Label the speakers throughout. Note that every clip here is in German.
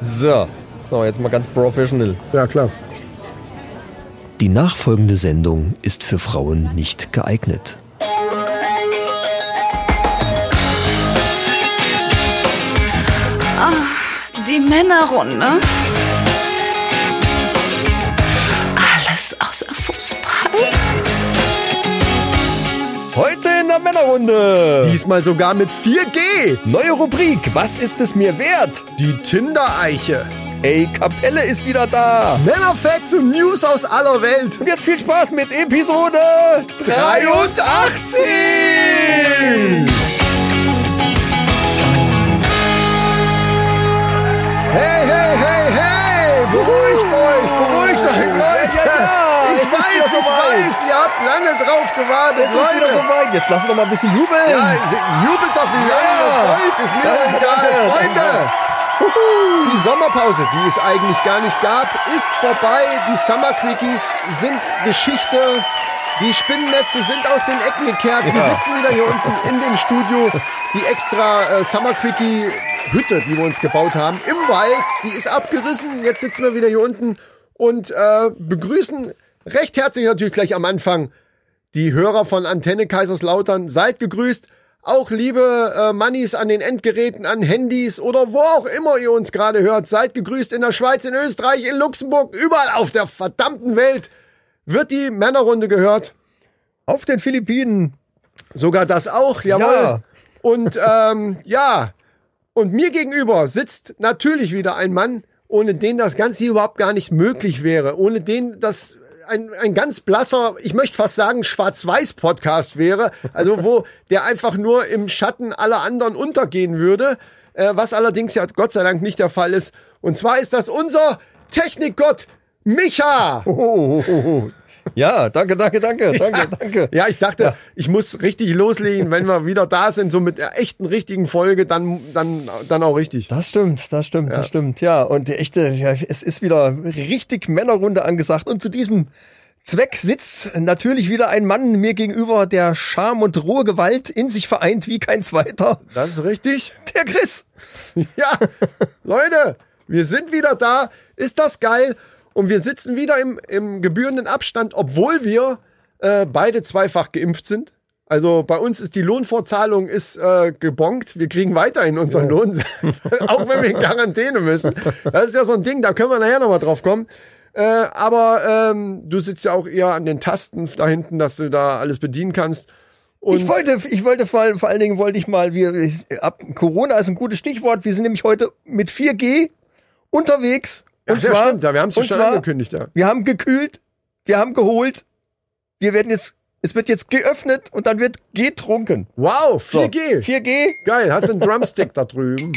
Speaker 1: So, so jetzt mal ganz professional.
Speaker 2: Ja, klar.
Speaker 3: Die nachfolgende Sendung ist für Frauen nicht geeignet.
Speaker 4: Die Männerrunde. Alles außer Fußball.
Speaker 1: Heute in der Männerrunde.
Speaker 2: Diesmal sogar mit 4G.
Speaker 1: Die neue Rubrik, was ist es mir wert?
Speaker 2: Die Tinder-Eiche.
Speaker 1: Ey, Kapelle ist wieder da.
Speaker 2: Männerfacts und News aus aller Welt.
Speaker 1: Und jetzt viel Spaß mit Episode 83.
Speaker 2: Hey, hey, hey, hey. Beruhigt euch, beruhigt euch, Leute.
Speaker 1: Ja, ja,
Speaker 2: ich
Speaker 1: es ist
Speaker 2: weiß,
Speaker 1: wieder
Speaker 2: ich
Speaker 1: soweit.
Speaker 2: weiß, ihr habt lange drauf gewartet,
Speaker 1: Es ist wieder
Speaker 2: Leute.
Speaker 1: soweit. Jetzt lass uns doch mal ein bisschen jubeln.
Speaker 2: Ja, jubelt doch, wie lange
Speaker 1: Ja. genau.
Speaker 2: ihr wollt. Ist mir
Speaker 1: Danke,
Speaker 2: doch
Speaker 1: danke.
Speaker 2: egal, Freunde. Huhu. Die Sommerpause, die es eigentlich gar nicht gab, ist vorbei. Die Summer Quickies sind Geschichte. Die Spinnennetze sind aus den Ecken gekehrt. Wir
Speaker 1: Ja.
Speaker 2: sitzen wieder hier unten in dem Studio. Die extra äh, Summer Quickie Hütte, die wir uns gebaut haben, im Wald, die ist abgerissen. Jetzt sitzen wir wieder hier unten und äh, begrüßen recht herzlich natürlich gleich am Anfang die Hörer von Antenne Kaiserslautern, seid gegrüßt. Auch liebe äh, Mannis an den Endgeräten, an Handys oder wo auch immer ihr uns gerade hört, seid gegrüßt in der Schweiz, in Österreich, in Luxemburg, überall auf der verdammten Welt wird die Männerrunde gehört.
Speaker 1: Auf den Philippinen.
Speaker 2: Sogar das auch, jawohl.
Speaker 1: Ja.
Speaker 2: Und ähm, ja, und mir gegenüber sitzt natürlich wieder ein Mann, ohne den das Ganze hier überhaupt gar nicht möglich wäre, ohne den das ein, ein ganz blasser, ich möchte fast sagen, Schwarz-Weiß-Podcast wäre, also wo der einfach nur im Schatten aller anderen untergehen würde, äh, was allerdings ja Gott sei Dank nicht der Fall ist. Und zwar ist das unser Technikgott Micha.
Speaker 1: Ja, danke, danke, danke, danke, danke.
Speaker 2: Ah, Ja, ich dachte, ich muss richtig loslegen, wenn wir wieder da sind, so mit der echten richtigen Folge, dann, dann, dann auch richtig.
Speaker 1: Das stimmt, das stimmt, das stimmt. Ja, und die echte, ja, es ist wieder richtig Männerrunde angesagt. Und zu diesem Zweck sitzt natürlich wieder ein Mann mir gegenüber, der Scham und rohe Gewalt in sich vereint wie kein zweiter.
Speaker 2: Das ist richtig.
Speaker 1: Der Chris.
Speaker 2: Ja, Leute, wir sind wieder da. Ist das geil? Und wir sitzen wieder im, im gebührenden Abstand, obwohl wir äh, beide zweifach geimpft sind. Also bei uns ist die Lohnfortzahlung ist äh, gebonkt. Wir kriegen weiterhin unseren Lohn, auch wenn wir in Quarantäne müssen. Das ist ja so ein Ding, da können wir nachher nochmal drauf kommen. Äh, aber ähm, du sitzt ja auch eher an den Tasten da hinten, dass du da alles bedienen kannst. Und
Speaker 1: Ich wollte, ich wollte vor, allen- vor allen Dingen wollte ich mal, wir, ich, ab, Corona ist ein gutes Stichwort. Wir sind nämlich heute mit 4G unterwegs.
Speaker 2: Ach ja, stimmt, ja, wir haben's ja
Speaker 1: und
Speaker 2: schon
Speaker 1: zwar-
Speaker 2: angekündigt, ja.
Speaker 1: Wir haben gekühlt, wir haben geholt, wir werden jetzt, es wird jetzt geöffnet und dann wird getrunken.
Speaker 2: wow,
Speaker 1: So,
Speaker 2: 4G.
Speaker 1: 4G.
Speaker 2: Geil, hast du einen Drumstick da drüben?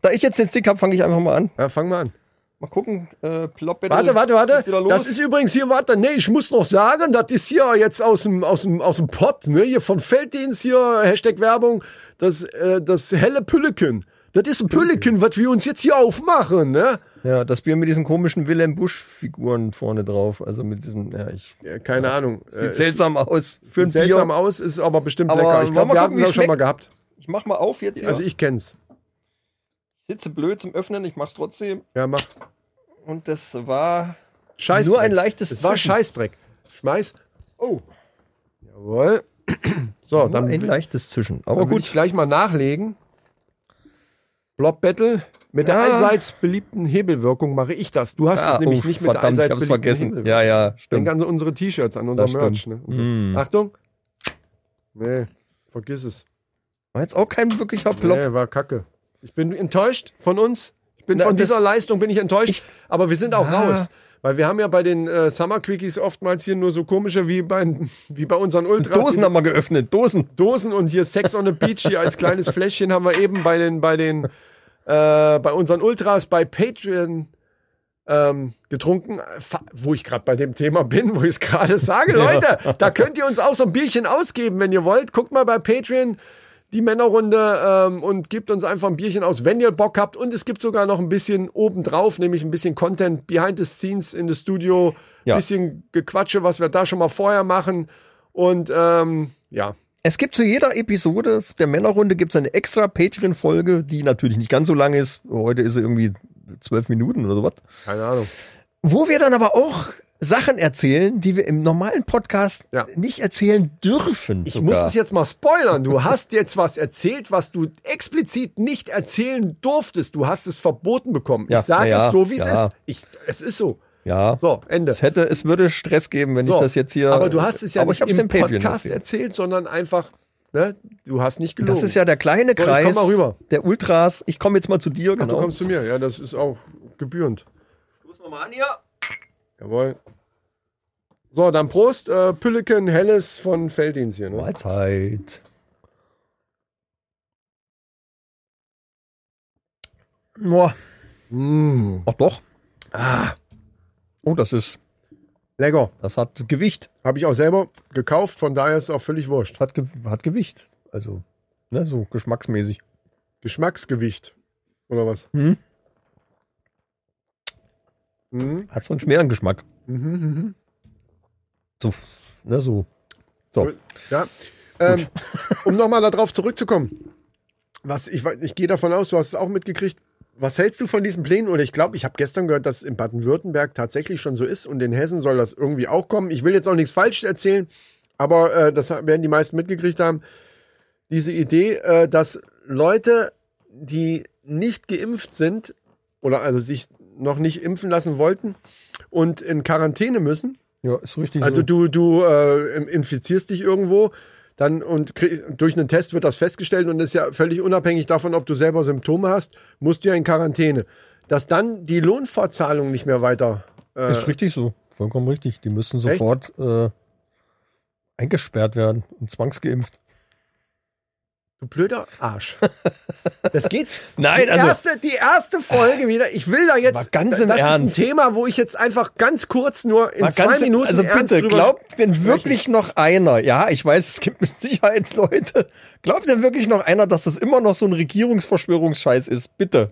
Speaker 1: Da ich jetzt den Stick habe, fange ich einfach mal an.
Speaker 2: Ja, fang mal an.
Speaker 1: Mal gucken, äh, ploppen.
Speaker 2: Warte, warte, warte. Das ist übrigens hier, warte, nee, ich muss noch sagen, das ist hier jetzt aus dem, aus dem, aus dem Pott, ne, hier von Felddienst hier, Hashtag Werbung, das, äh, das helle Pülleken. Das ist ein Pülleken, was wir uns jetzt hier aufmachen, ne?
Speaker 1: ja, das Bier mit diesen komischen Willem Busch-Figuren vorne drauf. Also mit diesem, ja, ich.
Speaker 2: Ja, keine Ahnung.
Speaker 1: Sieht
Speaker 2: Äh,
Speaker 1: seltsam aus. Für ein
Speaker 2: sieht seltsam
Speaker 1: Bier.
Speaker 2: aus, ist aber bestimmt
Speaker 1: Aber
Speaker 2: lecker. Ich
Speaker 1: wollen
Speaker 2: glaube,
Speaker 1: wir gucken,
Speaker 2: wir hatten
Speaker 1: wie
Speaker 2: das schon
Speaker 1: schmeckt?
Speaker 2: mal gehabt.
Speaker 1: Ich mach mal auf jetzt. hier.
Speaker 2: Also ich kenn's.
Speaker 1: sitze blöd zum Öffnen, ich mach's trotzdem.
Speaker 2: Ja, mach.
Speaker 1: Und das war.
Speaker 2: Scheißdreck.
Speaker 1: Nur ein leichtes
Speaker 2: Es war
Speaker 1: Zwischen.
Speaker 2: Scheißdreck. Schmeiß. Oh. Jawohl. So, dann
Speaker 1: Oh, ein leichtes Zischen. Aber
Speaker 2: Dann gut. ich
Speaker 1: Oh, gut.
Speaker 2: gleich mal nachlegen. Blob Battle. Mit
Speaker 1: Ja.
Speaker 2: der allseits beliebten Hebelwirkung mache ich das. Du hast es
Speaker 1: Ah,
Speaker 2: nämlich
Speaker 1: uff,
Speaker 2: nicht mit der
Speaker 1: oh, verdammt, ich
Speaker 2: allseits
Speaker 1: hab's
Speaker 2: beliebten
Speaker 1: vergessen.
Speaker 2: Hebelwirkung.
Speaker 1: Ja, ja,
Speaker 2: Denk
Speaker 1: stimmt.
Speaker 2: an unsere T-Shirts, an unser
Speaker 1: Das
Speaker 2: Merch. Ne?
Speaker 1: stimmt. Mm.
Speaker 2: Und so. Achtung. Nee, vergiss es.
Speaker 1: War jetzt auch kein wirklicher Plop.
Speaker 2: Nee, war kacke. Ich bin enttäuscht von uns. Ich bin
Speaker 1: Na,
Speaker 2: von
Speaker 1: das-
Speaker 2: dieser Leistung bin ich enttäuscht. aber wir sind auch
Speaker 1: Ah.
Speaker 2: raus. Weil wir haben ja bei den äh, Summer Quickies oftmals hier nur so komische wie bei, wie bei unseren Ultras.
Speaker 1: Dosen haben wir geöffnet. Dosen.
Speaker 2: Dosen und hier Sex on the Beach hier als kleines Fläschchen haben wir eben bei den bei den äh, bei unseren Ultras bei Patreon ähm, getrunken, Fa- wo ich gerade bei dem Thema bin, wo ich es gerade sage, Leute, da könnt ihr uns auch so ein Bierchen ausgeben, wenn ihr wollt. Guckt mal bei Patreon die Männerrunde ähm, und gebt uns einfach ein Bierchen aus, wenn ihr Bock habt. Und es gibt sogar noch ein bisschen obendrauf, nämlich ein bisschen Content behind the scenes in the Studio,
Speaker 1: Ja.
Speaker 2: bisschen Gequatsche, was wir da schon mal vorher machen. Und ähm, ja,
Speaker 1: Es gibt zu jeder Episode der Männerrunde gibt's eine extra Patreon-Folge, die natürlich nicht ganz so lang ist. Heute ist sie irgendwie zwölf Minuten oder sowas.
Speaker 2: Keine Ahnung.
Speaker 1: Wo wir dann aber auch Sachen erzählen, die wir im normalen Podcast
Speaker 2: Ja.
Speaker 1: nicht erzählen dürfen.
Speaker 2: Ich
Speaker 1: sogar.
Speaker 2: muss es jetzt mal spoilern. Du hast jetzt was erzählt, was du explizit nicht erzählen durftest. Du hast es verboten bekommen.
Speaker 1: Ja,
Speaker 2: ich sage
Speaker 1: ja,
Speaker 2: es so, wie es
Speaker 1: ja.
Speaker 2: ist. Ich, es ist so.
Speaker 1: Ja.
Speaker 2: So, Ende.
Speaker 1: Es hätte, es würde Stress geben, wenn ich
Speaker 2: So,
Speaker 1: das jetzt hier.
Speaker 2: aber du hast es ja
Speaker 1: aber
Speaker 2: nicht
Speaker 1: ich hab's
Speaker 2: im
Speaker 1: Patreon
Speaker 2: Podcast
Speaker 1: erzählt.
Speaker 2: erzählt, sondern einfach, ne, du hast nicht gelogen.
Speaker 1: Das ist ja der kleine
Speaker 2: So, ich
Speaker 1: Kreis
Speaker 2: komm mal rüber.
Speaker 1: der Ultras. Ich komme jetzt mal zu dir,
Speaker 2: Ach,
Speaker 1: genau.
Speaker 2: Du kommst zu mir. Ja, das ist auch gebührend.
Speaker 1: mal an hier.
Speaker 2: Jawohl. So, dann Prost. Äh, Pülleken Helles von Feldins hier. Ne?
Speaker 1: Mahlzeit. Boah.
Speaker 2: Mm,
Speaker 1: Ach doch. Ah. Oh, das ist,
Speaker 2: lecker.
Speaker 1: das hat Gewicht.
Speaker 2: Habe ich auch selber gekauft, von daher ist es auch völlig wurscht.
Speaker 1: Hat, Ge- hat Gewicht. Also, ne, so geschmacksmäßig.
Speaker 2: Geschmacksgewicht. Oder was?
Speaker 1: Hm?
Speaker 2: Mhm.
Speaker 1: Hat so einen schweren Geschmack.
Speaker 2: Mhm,
Speaker 1: So, ne, so. So.
Speaker 2: Ja. Ähm, um nochmal darauf zurückzukommen. Was, ich, weiß- ich gehe davon aus, du hast es auch mitgekriegt. Was hältst du von diesen Plänen? Oder ich glaube, ich habe gestern gehört, dass es in Baden-Württemberg tatsächlich schon so ist und in Hessen soll das irgendwie auch kommen. Ich will jetzt auch nichts Falsches erzählen, aber äh, das werden die meisten mitgekriegt haben. Diese Idee, äh, dass Leute, die nicht geimpft sind oder also sich noch nicht impfen lassen wollten und in Quarantäne müssen,
Speaker 1: Ja, ist richtig. so.
Speaker 2: also du, du äh, im- infizierst dich irgendwo, dann und krieg, durch einen Test wird das festgestellt und ist ja völlig unabhängig davon, ob du selber Symptome hast, musst du ja in Quarantäne. Dass dann die Lohnfortzahlung nicht mehr weiter. Äh,
Speaker 1: Ist richtig so. Vollkommen richtig. Die müssen
Speaker 2: Echt?
Speaker 1: sofort äh, eingesperrt werden und zwangsgeimpft.
Speaker 2: du blöder Arsch. Das geht.
Speaker 1: Nein,
Speaker 2: die
Speaker 1: also-
Speaker 2: erste, die erste Folge wieder. Ich will da
Speaker 1: Aber
Speaker 2: jetzt.
Speaker 1: ganz im
Speaker 2: das
Speaker 1: Ernst.
Speaker 2: ist ein Thema, wo ich jetzt einfach ganz kurz nur in
Speaker 1: Mal
Speaker 2: zwei
Speaker 1: ganz-
Speaker 2: Minuten
Speaker 1: also
Speaker 2: ernst
Speaker 1: bitte,
Speaker 2: drüber-
Speaker 1: glaubt denn wirklich noch einer? Ja, ich weiß, es gibt mit Sicherheit Leute. Glaubt denn wirklich noch einer, dass das immer noch so ein Regierungsverschwörungsscheiß ist? Bitte.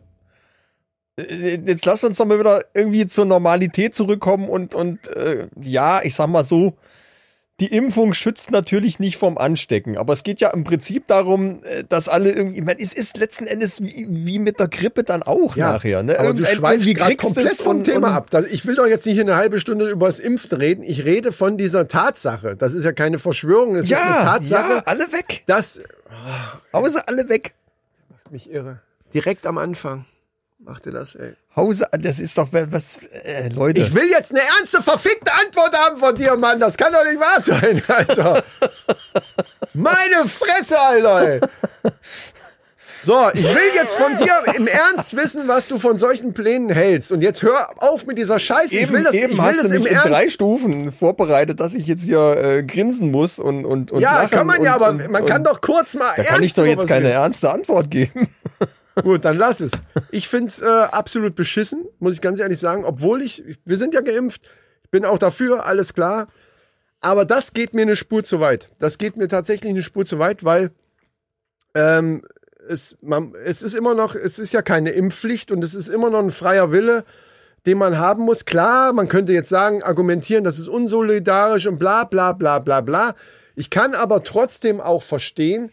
Speaker 1: Äh, Jetzt lasst uns doch mal wieder irgendwie zur Normalität zurückkommen und, und äh, ja, ich sag mal so, die Impfung schützt natürlich nicht vom Anstecken, aber es geht ja im Prinzip darum, äh, dass alle irgendwie, ich meine, es ist letzten Endes wie, wie mit der Grippe dann auch
Speaker 2: Ja,
Speaker 1: nachher. Ne?
Speaker 2: aber du
Speaker 1: Irgendein-
Speaker 2: schweifst
Speaker 1: irgendwie
Speaker 2: gerade
Speaker 1: kriegst
Speaker 2: komplett
Speaker 1: es
Speaker 2: vom
Speaker 1: und-
Speaker 2: Thema
Speaker 1: und-
Speaker 2: ab. Das- Ich will doch jetzt nicht in eine halbe Stunde über das Impfen reden. Ich rede von dieser Tatsache. Das ist ja keine Verschwörung. Es ist eine
Speaker 1: Ja,
Speaker 2: Tatsache,
Speaker 1: ja, alle weg.
Speaker 2: dass
Speaker 1: Hause alle weg.
Speaker 2: mich irre. Direkt am Anfang machte das, ey.
Speaker 1: Hause, das ist doch was, äh, Leute.
Speaker 2: Ich will jetzt eine ernste, verfickte Antwort haben von dir, Mann. Das kann doch nicht wahr sein, Alter. Meine Fresse, Alter. Ey. So, ich will jetzt von dir im Ernst wissen, was du von solchen Plänen hältst. Und jetzt hör auf mit dieser Scheiße. ich will das,
Speaker 1: eben
Speaker 2: ich will
Speaker 1: hast
Speaker 2: das
Speaker 1: du
Speaker 2: im
Speaker 1: mich in
Speaker 2: Ernst.
Speaker 1: drei Stufen vorbereitet, dass ich jetzt hier äh, grinsen muss und und und
Speaker 2: Ja,
Speaker 1: lachen
Speaker 2: kann man
Speaker 1: und,
Speaker 2: ja, aber
Speaker 1: und,
Speaker 2: man
Speaker 1: und,
Speaker 2: kann doch kurz mal
Speaker 1: Da kann ich doch
Speaker 2: über
Speaker 1: jetzt
Speaker 2: was
Speaker 1: keine
Speaker 2: reden.
Speaker 1: ernste Antwort geben.
Speaker 2: Gut, dann lass es. Ich find's äh, absolut beschissen, muss ich ganz ehrlich sagen, obwohl ich wir sind ja geimpft. Ich bin auch dafür, alles klar, aber das geht mir eine Spur zu weit. Das geht mir tatsächlich eine Spur zu weit, weil ähm, es, man, es ist immer noch, es ist ja keine Impfpflicht und es ist immer noch ein freier Wille, den man haben muss. Klar, man könnte jetzt sagen, argumentieren, das ist unsolidarisch und bla bla bla bla bla. Ich kann aber trotzdem auch verstehen,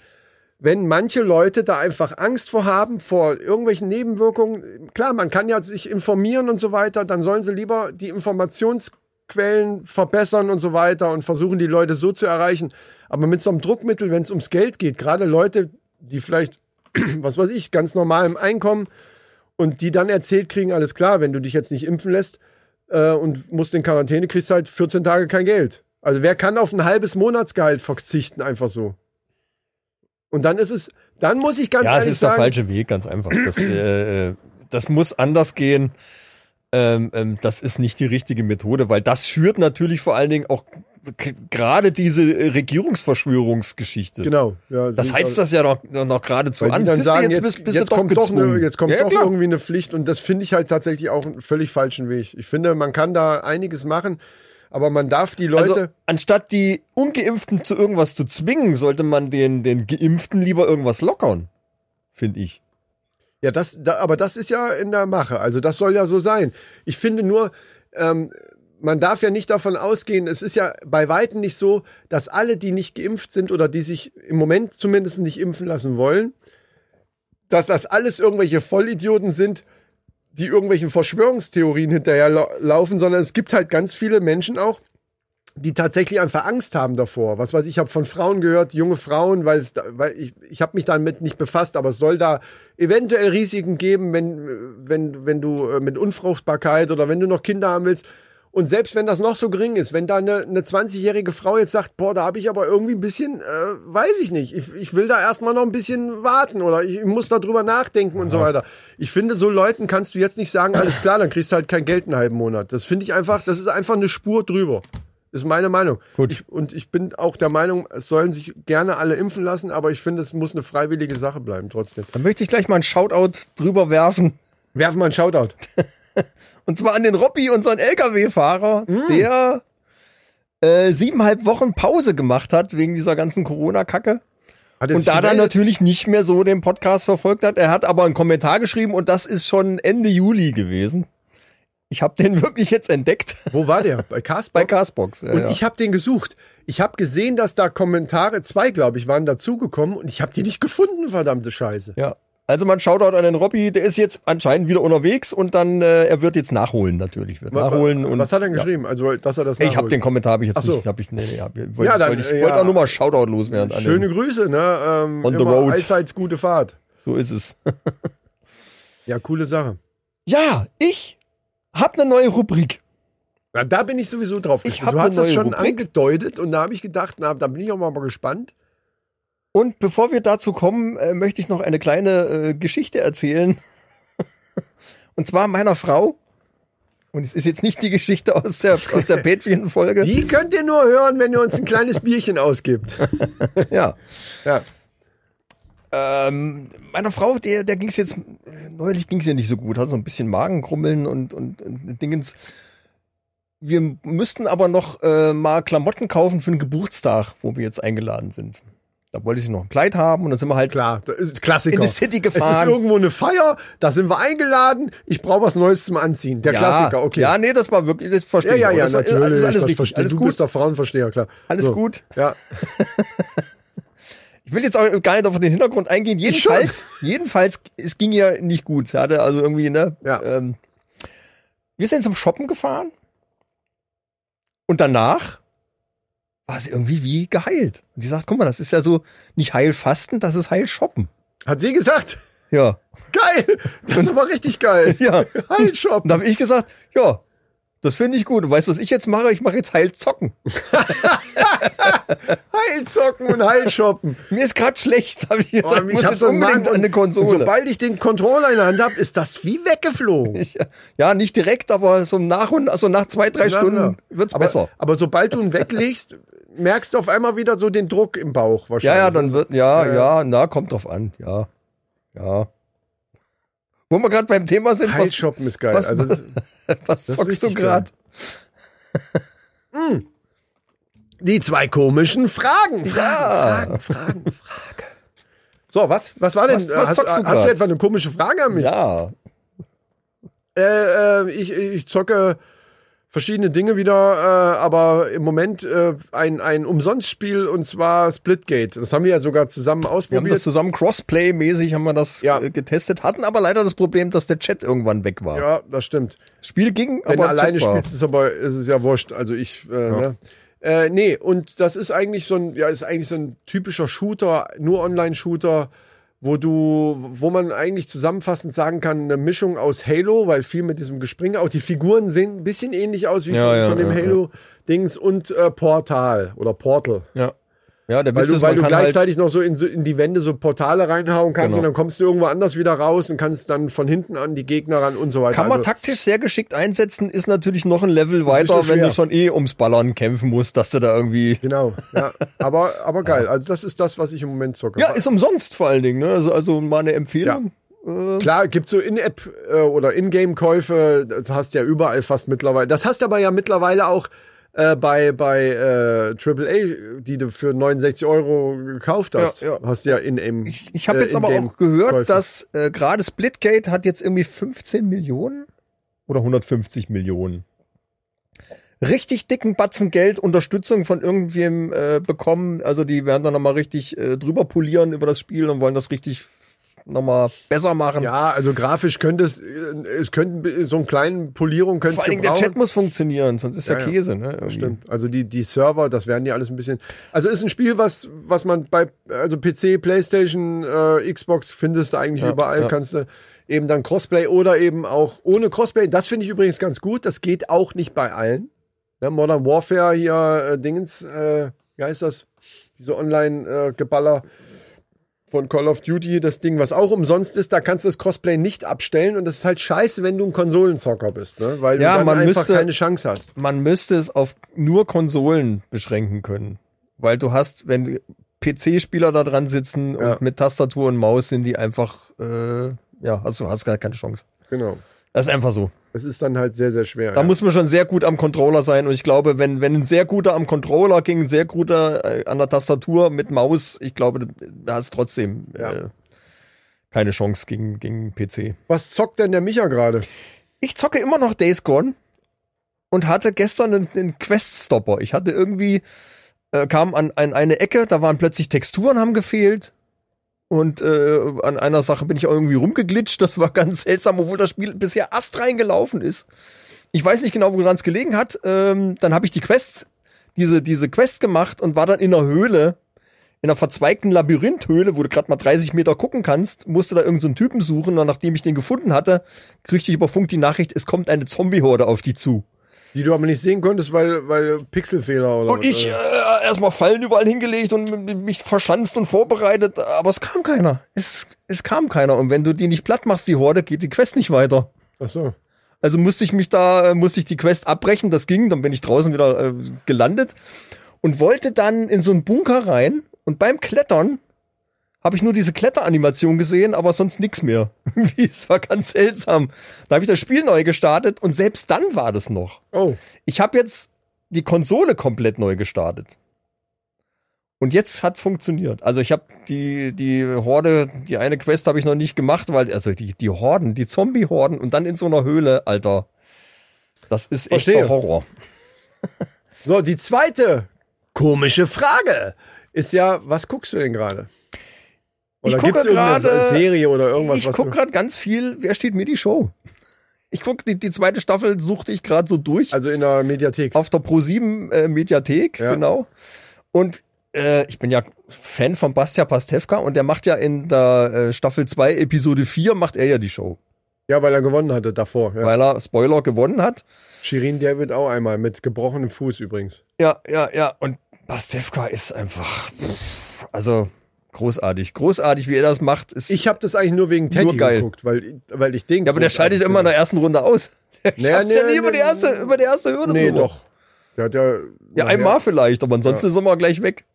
Speaker 2: wenn manche Leute da einfach Angst vor haben, vor irgendwelchen Nebenwirkungen. Klar, man kann ja sich informieren und so weiter, dann sollen sie lieber die Informationsquellen verbessern und so weiter und versuchen, die Leute so zu erreichen. Aber mit so einem Druckmittel, wenn es ums Geld geht, gerade Leute, die vielleicht, was weiß ich, ganz normal im Einkommen und die dann erzählt kriegen, alles klar, wenn du dich jetzt nicht impfen lässt äh, und musst in Quarantäne, kriegst halt 14 Tage kein Geld. Also wer kann auf ein halbes Monatsgehalt verzichten, einfach so? Und dann ist es, dann muss ich ganz
Speaker 1: ja, es
Speaker 2: ehrlich
Speaker 1: ist der
Speaker 2: sagen,
Speaker 1: falsche Weg, ganz einfach. Das, äh, das muss anders gehen. Ähm, ähm, das ist nicht die richtige Methode, weil das schürt natürlich vor allen Dingen auch k- gerade diese äh, Regierungsverschwörungsgeschichte.
Speaker 2: genau. Ja,
Speaker 1: Das
Speaker 2: sind-
Speaker 1: heizt das ja noch, noch geradezu
Speaker 2: weil
Speaker 1: an.
Speaker 2: die dann
Speaker 1: Siehst du,
Speaker 2: sagen, jetzt, jetzt,
Speaker 1: bist- bist du doch
Speaker 2: kommt doch eine,
Speaker 1: gezwungen.
Speaker 2: jetzt kommt
Speaker 1: Ja,
Speaker 2: doch
Speaker 1: klar.
Speaker 2: irgendwie eine Pflicht und das finde ich halt tatsächlich auch einen völlig falschen Weg. Ich finde, man kann da einiges machen, aber man darf die Leute,
Speaker 1: Also, anstatt die Ungeimpften zu irgendwas zu zwingen, sollte man den, den Geimpften lieber irgendwas lockern. Finde ich.
Speaker 2: Ja, das, da, aber das ist ja in der Mache. Also das soll ja so sein. Ich finde nur, ähm, man darf ja nicht davon ausgehen, es ist ja bei Weitem nicht so, dass alle, die nicht geimpft sind oder die sich im Moment zumindest nicht impfen lassen wollen, dass das alles irgendwelche Vollidioten sind, die irgendwelchen Verschwörungstheorien hinterherlaufen, sondern es gibt halt ganz viele Menschen auch, die tatsächlich einfach Angst haben davor. Was weiß ich, ich habe von Frauen gehört, junge Frauen, weil es, da, weil ich, ich habe mich damit nicht befasst, aber es soll da eventuell Risiken geben, wenn, wenn, wenn du äh, mit Unfruchtbarkeit oder wenn du noch Kinder haben willst. Und selbst wenn das noch so gering ist, wenn da eine, eine 20-jährige Frau jetzt sagt, boah, da habe ich aber irgendwie ein bisschen, äh, weiß ich nicht, ich, ich will da erstmal noch ein bisschen warten oder ich muss da drüber nachdenken und so weiter. Ich finde, so Leuten kannst du jetzt nicht sagen, alles klar, dann kriegst du halt kein Geld einen halben Monat. Das finde ich einfach, das ist einfach eine Spur drüber. Ist meine Meinung.
Speaker 1: Gut.
Speaker 2: Ich, und ich bin auch der Meinung, es sollen sich gerne alle impfen lassen, aber ich finde, es muss eine freiwillige Sache bleiben trotzdem.
Speaker 1: Da möchte ich gleich mal einen Shoutout drüber werfen.
Speaker 2: Werfen wir einen Shoutout.
Speaker 1: Und zwar an den Robby, unseren LKW-Fahrer,
Speaker 2: Mm.
Speaker 1: der äh, siebeneinhalb Wochen Pause gemacht hat wegen dieser ganzen Corona-Kacke.
Speaker 2: Hat er
Speaker 1: und
Speaker 2: sich
Speaker 1: da dann
Speaker 2: gemeldet?
Speaker 1: natürlich nicht mehr so den Podcast verfolgt hat. Er hat aber einen Kommentar geschrieben und das ist schon Ende Juli gewesen. Ich habe den wirklich jetzt entdeckt
Speaker 2: Wo war der? Bei Casper?
Speaker 1: bei Castbox. Ja,
Speaker 2: Und
Speaker 1: ja.
Speaker 2: ich habe den gesucht. Ich habe gesehen, dass da Kommentare, zwei glaube ich, waren dazugekommen und ich habe die nicht gefunden, verdammte Scheiße.
Speaker 1: ja. Also man Shoutout an den Robby, der ist jetzt anscheinend wieder unterwegs und dann, äh, er wird jetzt nachholen natürlich. Wird nachholen
Speaker 2: was,
Speaker 1: und,
Speaker 2: hat er denn
Speaker 1: ja.
Speaker 2: geschrieben? Also, dass er das
Speaker 1: Ich habe den Kommentar habe ich jetzt
Speaker 2: Ach so.
Speaker 1: nicht. Hab ich, nee, nee, hab, wollte,
Speaker 2: Ja, dann,
Speaker 1: wollte ich
Speaker 2: äh,
Speaker 1: wollte
Speaker 2: ja.
Speaker 1: auch nur mal Shoutout loswerden. an den-
Speaker 2: Schöne Grüße, ne? Ähm,
Speaker 1: On the
Speaker 2: immer
Speaker 1: road.
Speaker 2: Allseits gute Fahrt.
Speaker 1: So ist es.
Speaker 2: Ja, coole Sache.
Speaker 1: Ja, ich habe eine neue Rubrik.
Speaker 2: Na, da bin ich sowieso drauf
Speaker 1: Ich hab
Speaker 2: gekommen. Du hast
Speaker 1: eine
Speaker 2: das
Speaker 1: neue
Speaker 2: schon
Speaker 1: Rubrik.
Speaker 2: angedeutet und da habe ich gedacht, na, da bin ich auch mal gespannt.
Speaker 1: Und bevor wir dazu kommen, äh, möchte ich noch eine kleine äh, Geschichte erzählen. Und zwar meiner Frau. Und es ist jetzt nicht die Geschichte aus der, aus der Patreon-Folge.
Speaker 2: Die könnt ihr nur hören, wenn ihr uns ein kleines Bierchen ausgibt.
Speaker 1: Ja.
Speaker 2: Ja.
Speaker 1: Ähm, meiner Frau, der, der ging's jetzt, äh, neulich ging's ihr nicht so gut, hat so ein bisschen Magenkrummeln und, und, und Dingens. Wir müssten aber noch äh, mal Klamotten kaufen für den Geburtstag, wo wir jetzt eingeladen sind. Da wollte sie noch ein Kleid haben und dann sind wir halt
Speaker 2: Klar, das ist Klassiker.
Speaker 1: In die City gefahren.
Speaker 2: Es ist irgendwo eine Feier, da sind wir eingeladen, ich brauche was Neues zum Anziehen. Der Klassiker, okay.
Speaker 1: Ja, nee, das war wirklich, das verstehe
Speaker 2: ja, ja,
Speaker 1: ich. auch.
Speaker 2: ja
Speaker 1: das
Speaker 2: natürlich.
Speaker 1: Ist, ist
Speaker 2: das
Speaker 1: alles richtig,
Speaker 2: verstehe-
Speaker 1: alles
Speaker 2: du
Speaker 1: gut.
Speaker 2: bist der Frauenversteher, klar.
Speaker 1: Alles gut.
Speaker 2: Ja,
Speaker 1: Ich will jetzt auch gar nicht auf den Hintergrund eingehen. Jedenfalls, jedenfalls, es ging ihr nicht gut. Sie hatte also irgendwie, ne?
Speaker 2: Ja.
Speaker 1: Ähm, wir sind zum Shoppen gefahren und danach war sie irgendwie wie geheilt. Und sie sagt, guck mal, das ist ja so nicht Heilfasten, das ist Heilshoppen.
Speaker 2: hat sie gesagt.
Speaker 1: Ja.
Speaker 2: Geil, das ist aber richtig geil.
Speaker 1: Ja.
Speaker 2: Heilshop.
Speaker 1: Und da habe ich gesagt, ja, das finde ich gut. Und weißt du, was ich jetzt mache? Ich mache jetzt Heilzocken.
Speaker 2: Heilzocken und Heilshoppen.
Speaker 1: Mir ist gerade schlecht, habe ich gesagt.
Speaker 2: Oh,
Speaker 1: ich muss
Speaker 2: hab
Speaker 1: jetzt
Speaker 2: einen
Speaker 1: unbedingt
Speaker 2: Magen-
Speaker 1: an eine Konsole.
Speaker 2: Und sobald ich den Controller in der Hand habe, ist das wie weggeflogen.
Speaker 1: Ich, ja, nicht direkt, aber so nach und also nach zwei, drei
Speaker 2: Na,
Speaker 1: Stunden
Speaker 2: na.
Speaker 1: wird's
Speaker 2: aber,
Speaker 1: besser.
Speaker 2: Aber sobald du ihn weglegst, merkst du auf einmal wieder so den Druck im Bauch wahrscheinlich.
Speaker 1: Ja, ja, dann wird, ja, ja, na, kommt drauf an, ja, ja. Wo wir gerade beim Thema sind, was,
Speaker 2: Heilshoppen ist geil.
Speaker 1: was-
Speaker 2: also, das-
Speaker 1: was
Speaker 2: ist
Speaker 1: zockst du
Speaker 2: richtig
Speaker 1: gerade?
Speaker 2: Die zwei komischen Fragen. Fragen, Fragen, Fragen, Fragen. So, was? Was war denn?
Speaker 1: Was- was
Speaker 2: hast,
Speaker 1: zockst du
Speaker 2: hast du
Speaker 1: grad?
Speaker 2: etwa eine komische Frage an mich?
Speaker 1: Ja,
Speaker 2: Äh, äh, ich, ich zocke verschiedene Dinge wieder, äh, aber im Moment äh, ein, ein Umsonstspiel und zwar Splitgate. Das haben wir ja sogar zusammen
Speaker 1: wir haben das
Speaker 2: ausprobiert.
Speaker 1: zusammen Crossplay-mäßig haben wir das
Speaker 2: Ja.
Speaker 1: äh, getestet, hatten aber leider das Problem, dass der Chat irgendwann weg war.
Speaker 2: ja, das stimmt.
Speaker 1: Das Spiel ging,
Speaker 2: Wenn
Speaker 1: aber
Speaker 2: du alleine
Speaker 1: Chat war.
Speaker 2: spielst, ist aber ist es ja wurscht. Also ich, äh, ne? Äh, nee, und das ist eigentlich so ein, ja, ist eigentlich so ein typischer Shooter, nur Online-Shooter, wo du, wo man eigentlich zusammenfassend sagen kann, eine Mischung aus Halo, weil viel mit diesem Gespringe, auch die Figuren sehen ein bisschen ähnlich aus wie
Speaker 1: Ja,
Speaker 2: von,
Speaker 1: ja,
Speaker 2: von dem
Speaker 1: ja, ja.
Speaker 2: Halo-Dings und äh, Portal oder Portal.
Speaker 1: Ja, ja, der
Speaker 2: Weil
Speaker 1: Witz
Speaker 2: du,
Speaker 1: ist,
Speaker 2: weil
Speaker 1: man
Speaker 2: du
Speaker 1: kann halt,
Speaker 2: gleichzeitig noch so in, so in die Wände so Portale reinhauen kannst
Speaker 1: Genau.
Speaker 2: und dann kommst du irgendwo anders wieder raus und kannst dann von hinten an die Gegner ran und so weiter.
Speaker 1: kann man
Speaker 2: Also-
Speaker 1: taktisch sehr geschickt einsetzen, ist natürlich noch ein Level weiter,
Speaker 2: bisschen
Speaker 1: wenn du
Speaker 2: schwer.
Speaker 1: schon eh ums Ballern kämpfen musst, dass du da irgendwie
Speaker 2: Genau, ja. Aber, aber geil. Also das ist das, was ich im Moment zocke.
Speaker 1: Ja, ist umsonst vor allen Dingen, ne? Also, also mal eine Empfehlung.
Speaker 2: Klar, gibt so In-App äh, oder In-Game-Käufe, das hast du ja überall fast mittlerweile. Das hast du aber ja mittlerweile auch äh, bei, bei äh, AAA, die du für 69 Euro gekauft hast.
Speaker 1: Ja, ja.
Speaker 2: Hast du ja In-Game.
Speaker 1: Ich, ich habe
Speaker 2: äh,
Speaker 1: jetzt aber auch
Speaker 2: In-Game-Käufe.
Speaker 1: gehört, dass äh, gerade Splitgate hat jetzt irgendwie 15 Millionen oder 150 Millionen. Richtig dicken Batzen Geld Unterstützung von irgendwem äh, bekommen. Also die werden dann nochmal richtig äh, drüber polieren über das Spiel und wollen das richtig nochmal besser machen.
Speaker 2: Ja, also grafisch könnte es, äh, es könnten so einen kleinen Polierung könnte
Speaker 1: Vor
Speaker 2: es
Speaker 1: allen Dingen der Chat
Speaker 2: gebrauchen.
Speaker 1: muss funktionieren, sonst ist ja,
Speaker 2: Ja, ja.
Speaker 1: Käse, ne? Irgendwie.
Speaker 2: Stimmt. Also die, die Server, das werden ja alles ein bisschen. Also ist ein Spiel, was, was man bei also PC, Playstation, äh, Xbox findest du eigentlich überall. Kannst du eben dann Crossplay oder eben auch ohne Crossplay. Das finde ich übrigens ganz gut. Das geht auch nicht bei allen. Ne, Modern Warfare hier, äh, Dingens, äh, wie heißt das? Diese Online-Geballer von Call of Duty, das Ding, was auch umsonst ist, da kannst du das Crossplay nicht abstellen und das ist halt scheiße, wenn du ein Konsolenzocker bist, ne? Weil
Speaker 1: Ja,
Speaker 2: du dann
Speaker 1: man
Speaker 2: einfach
Speaker 1: müsste-
Speaker 2: keine Chance hast.
Speaker 1: Man müsste es auf nur Konsolen beschränken können. Weil du hast, wenn PC-Spieler da dran sitzen
Speaker 2: Ja.
Speaker 1: und mit Tastatur und Maus sind die einfach, äh, ja, hast du hast gar keine Chance.
Speaker 2: Genau.
Speaker 1: Das ist einfach so.
Speaker 2: Es ist dann halt sehr, sehr schwer.
Speaker 1: Da
Speaker 2: ja.
Speaker 1: muss man schon sehr gut am Controller sein. Und ich glaube, wenn, wenn ein sehr guter am Controller ging, ein sehr guter äh, an der Tastatur mit Maus, ich glaube, da hast du trotzdem äh, keine Chance gegen, gegen PC.
Speaker 2: Was zockt denn der Micha gerade?
Speaker 1: Ich zocke immer noch Days Gone und hatte gestern einen, einen Quest-Stopper. Ich hatte irgendwie, äh, kam an, an eine Ecke, da waren plötzlich Texturen haben gefehlt. Und äh, an einer Sache bin ich irgendwie rumgeglitscht. Das war ganz seltsam, obwohl das Spiel bisher astrein gelaufen ist. Ich weiß nicht genau, woran es gelegen hat. Ähm, dann habe ich die Quest, diese, diese Quest gemacht und war dann in einer Höhle, in einer verzweigten Labyrinthhöhle, wo du gerade mal 30 Meter gucken kannst, musste da irgendeinen so einen Typen suchen. Und nachdem ich den gefunden hatte, kriegte ich über Funk die Nachricht, es kommt eine Zombie-Horde auf die zu.
Speaker 2: Die du aber nicht sehen konntest, weil, weil Pixelfehler oder
Speaker 1: Und ich äh,
Speaker 2: Äh,
Speaker 1: erstmal Fallen überall hingelegt und m- m- mich verschanzt und vorbereitet, aber es kam keiner. Es, es kam keiner. Und wenn du die nicht platt machst, die Horde, geht die Quest nicht weiter.
Speaker 2: ach so.
Speaker 1: Also musste ich mich da, äh, musste ich die Quest abbrechen, das ging, dann bin ich draußen wieder äh, gelandet und wollte dann in so einen Bunker rein und beim Klettern habe ich nur diese Kletteranimation gesehen, aber sonst nichts mehr. Irgendwie, es war ganz seltsam. Da habe ich das Spiel neu gestartet und selbst dann war das noch.
Speaker 2: Oh,
Speaker 1: Ich habe jetzt die Konsole komplett neu gestartet. Und jetzt hat's funktioniert. Also ich habe die die Horde, die eine Quest habe ich noch nicht gemacht, weil also die die Horden, die Zombie Horden und dann in so einer Höhle, Alter. Das ist echt
Speaker 2: Verstehe.
Speaker 1: der Horror.
Speaker 2: so, die zweite komische Frage ist ja, was guckst du denn gerade?
Speaker 1: Ich
Speaker 2: Oder
Speaker 1: gucke
Speaker 2: gibt's irgendeine
Speaker 1: gerade-
Speaker 2: Serie oder irgendwas,
Speaker 1: ich
Speaker 2: was
Speaker 1: guck
Speaker 2: du-
Speaker 1: gerade ganz viel, wer steht mir die Show? Ich guck die, die zweite Staffel suchte ich gerade so durch.
Speaker 2: also in der Mediathek.
Speaker 1: auf der Pro7 äh, Mediathek,
Speaker 2: Ja.
Speaker 1: genau. Und äh, ich bin ja Fan von Bastia Pastewka und der macht ja in der äh, Staffel 2 Episode 4 macht er ja die Show,
Speaker 2: Ja, weil er gewonnen hatte davor. Ja.
Speaker 1: weil er Spoiler gewonnen hat.
Speaker 2: Shirin David auch einmal mit gebrochenem Fuß übrigens.
Speaker 1: Ja, ja, ja und Pastewka ist einfach pff, also großartig, großartig wie er das macht, ist
Speaker 2: Ich habe das eigentlich nur wegen Teddy
Speaker 1: Nur geil.
Speaker 2: geguckt, weil, weil ich den.
Speaker 1: Ja, aber der
Speaker 2: großartig
Speaker 1: scheidet immer in
Speaker 2: finde.
Speaker 1: der ersten Runde aus. Der
Speaker 2: Naja,
Speaker 1: schafft's ja
Speaker 2: nee,
Speaker 1: nie über
Speaker 2: nee,
Speaker 1: die erste über die erste Hürde
Speaker 2: Nee,
Speaker 1: drüber.
Speaker 2: doch. Der hat ja.
Speaker 1: Ja, einmal vielleicht, aber ansonsten sind wir gleich weg.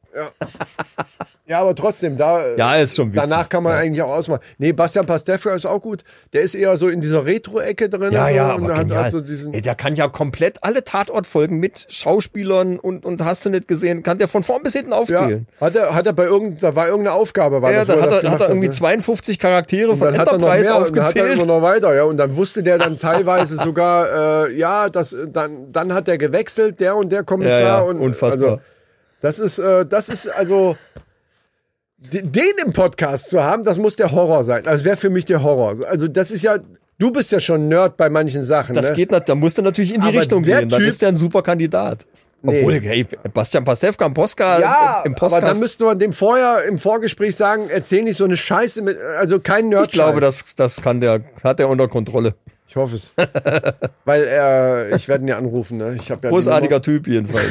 Speaker 2: Ja, aber trotzdem, da.
Speaker 1: Ja, ist schon witzig.
Speaker 2: Danach kann man eigentlich auch ausmachen. Nee, Bastian Pastewka ist auch gut. Der ist eher so in dieser Retro-Ecke drin.
Speaker 1: Ja,
Speaker 2: so,
Speaker 1: ja,
Speaker 2: Also, und
Speaker 1: aber
Speaker 2: hat,
Speaker 1: genial.
Speaker 2: hat so diesen,
Speaker 1: Ey, der kann ja komplett alle Tatortfolgen mit Schauspielern und, und hast du nicht gesehen, kann der von vorn bis hinten
Speaker 2: ja,
Speaker 1: aufzählen.
Speaker 2: hat er, hat er bei irgendeiner, da war irgendeine Aufgabe, war
Speaker 1: Ja,
Speaker 2: das, wo
Speaker 1: dann hat er,
Speaker 2: das
Speaker 1: hat
Speaker 2: gemacht
Speaker 1: er irgendwie
Speaker 2: ne?
Speaker 1: 52 Charaktere
Speaker 2: Und
Speaker 1: von
Speaker 2: dann hat er noch
Speaker 1: Enterprise
Speaker 2: mehr, und dann hat er
Speaker 1: aufgezählt.
Speaker 2: immer noch weiter, ja. Und dann wusste der dann teilweise sogar, äh, ja, das, dann, dann hat er gewechselt, der und der Kommissar
Speaker 1: Ja, ja,
Speaker 2: und
Speaker 1: unfassbar.
Speaker 2: Also, das ist, äh, das ist also de- den im Podcast zu haben, das muss der Horror sein. Also wäre für mich der Horror. Also das ist ja, du bist ja schon Nerd bei manchen Sachen.
Speaker 1: das
Speaker 2: ne?
Speaker 1: geht nicht, da musst du natürlich in die
Speaker 2: Aber
Speaker 1: Richtung
Speaker 2: der
Speaker 1: gehen, dann
Speaker 2: Typ-
Speaker 1: ist der ein super Kandidat. Obwohl, hey, Bastian Pastewka im Postka,
Speaker 2: Ja,
Speaker 1: halt im
Speaker 2: aber
Speaker 1: Podcast,
Speaker 2: dann müsste man dem vorher im Vorgespräch sagen, erzähl nicht so eine Scheiße mit, also kein Nerd.
Speaker 1: ich glaube, das, das kann der, hat er unter Kontrolle.
Speaker 2: Ich hoffe es. Weil er, ich werde ihn ja anrufen, ne? Ich habe ja die
Speaker 1: Großartiger Typ jedenfalls.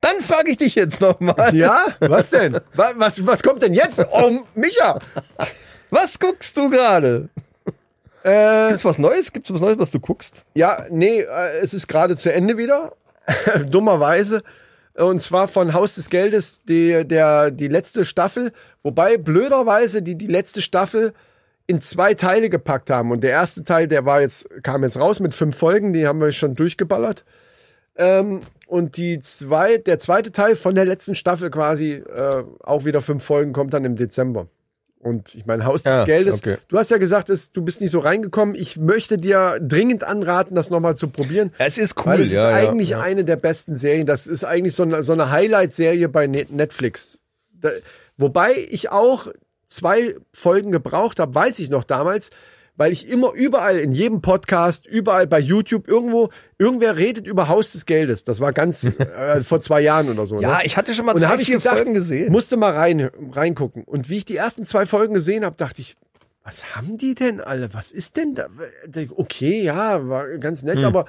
Speaker 1: dann frage ich dich jetzt nochmal,
Speaker 2: Nummer. Ja, was denn? Was, was, was kommt denn jetzt? Oh, Micha!
Speaker 1: was guckst du gerade?
Speaker 2: Äh,
Speaker 1: Gibt's was Neues? Gibt's was Neues, was du guckst?
Speaker 2: ja, nee, äh, es ist gerade zu Ende wieder. Dummerweise. Und zwar von Haus des Geldes, die, der, die letzte Staffel. Wobei, blöderweise, die, die letzte Staffel in zwei Teile gepackt haben. Und der erste Teil, der war jetzt, kam jetzt raus mit fünf Folgen, die haben wir schon durchgeballert. Ähm, und die zwei, der zweite Teil von der letzten Staffel quasi, äh, auch wieder fünf Folgen, kommt dann im Dezember. Und ich meine, Haus des
Speaker 1: Ja,
Speaker 2: Geldes.
Speaker 1: okay.
Speaker 2: Du hast ja gesagt, es, du bist nicht so reingekommen. Ich möchte dir dringend anraten, das nochmal zu probieren.
Speaker 1: Es ist cool,
Speaker 2: Weil es
Speaker 1: ja,
Speaker 2: ist
Speaker 1: ja,
Speaker 2: eigentlich
Speaker 1: ja.
Speaker 2: eine der besten Serien. Das ist eigentlich so eine, so eine Highlight-Serie bei Net- Netflix. Da, wobei ich auch zwei Folgen gebraucht habe, weiß ich noch damals, weil ich immer überall in jedem Podcast, überall bei YouTube irgendwo irgendwer redet über Haus des Geldes. Das war ganz äh, vor zwei Jahren oder so.
Speaker 1: Ja,
Speaker 2: ne?
Speaker 1: ich hatte schon mal
Speaker 2: Und da
Speaker 1: drei,
Speaker 2: habe ich
Speaker 1: vier
Speaker 2: gedacht,
Speaker 1: Folgen gesehen.
Speaker 2: musste mal rein reingucken. Und wie ich die ersten zwei Folgen gesehen habe, dachte ich, was haben die denn alle? Was ist denn da? Okay, ja, war ganz
Speaker 1: Hm.
Speaker 2: nett, aber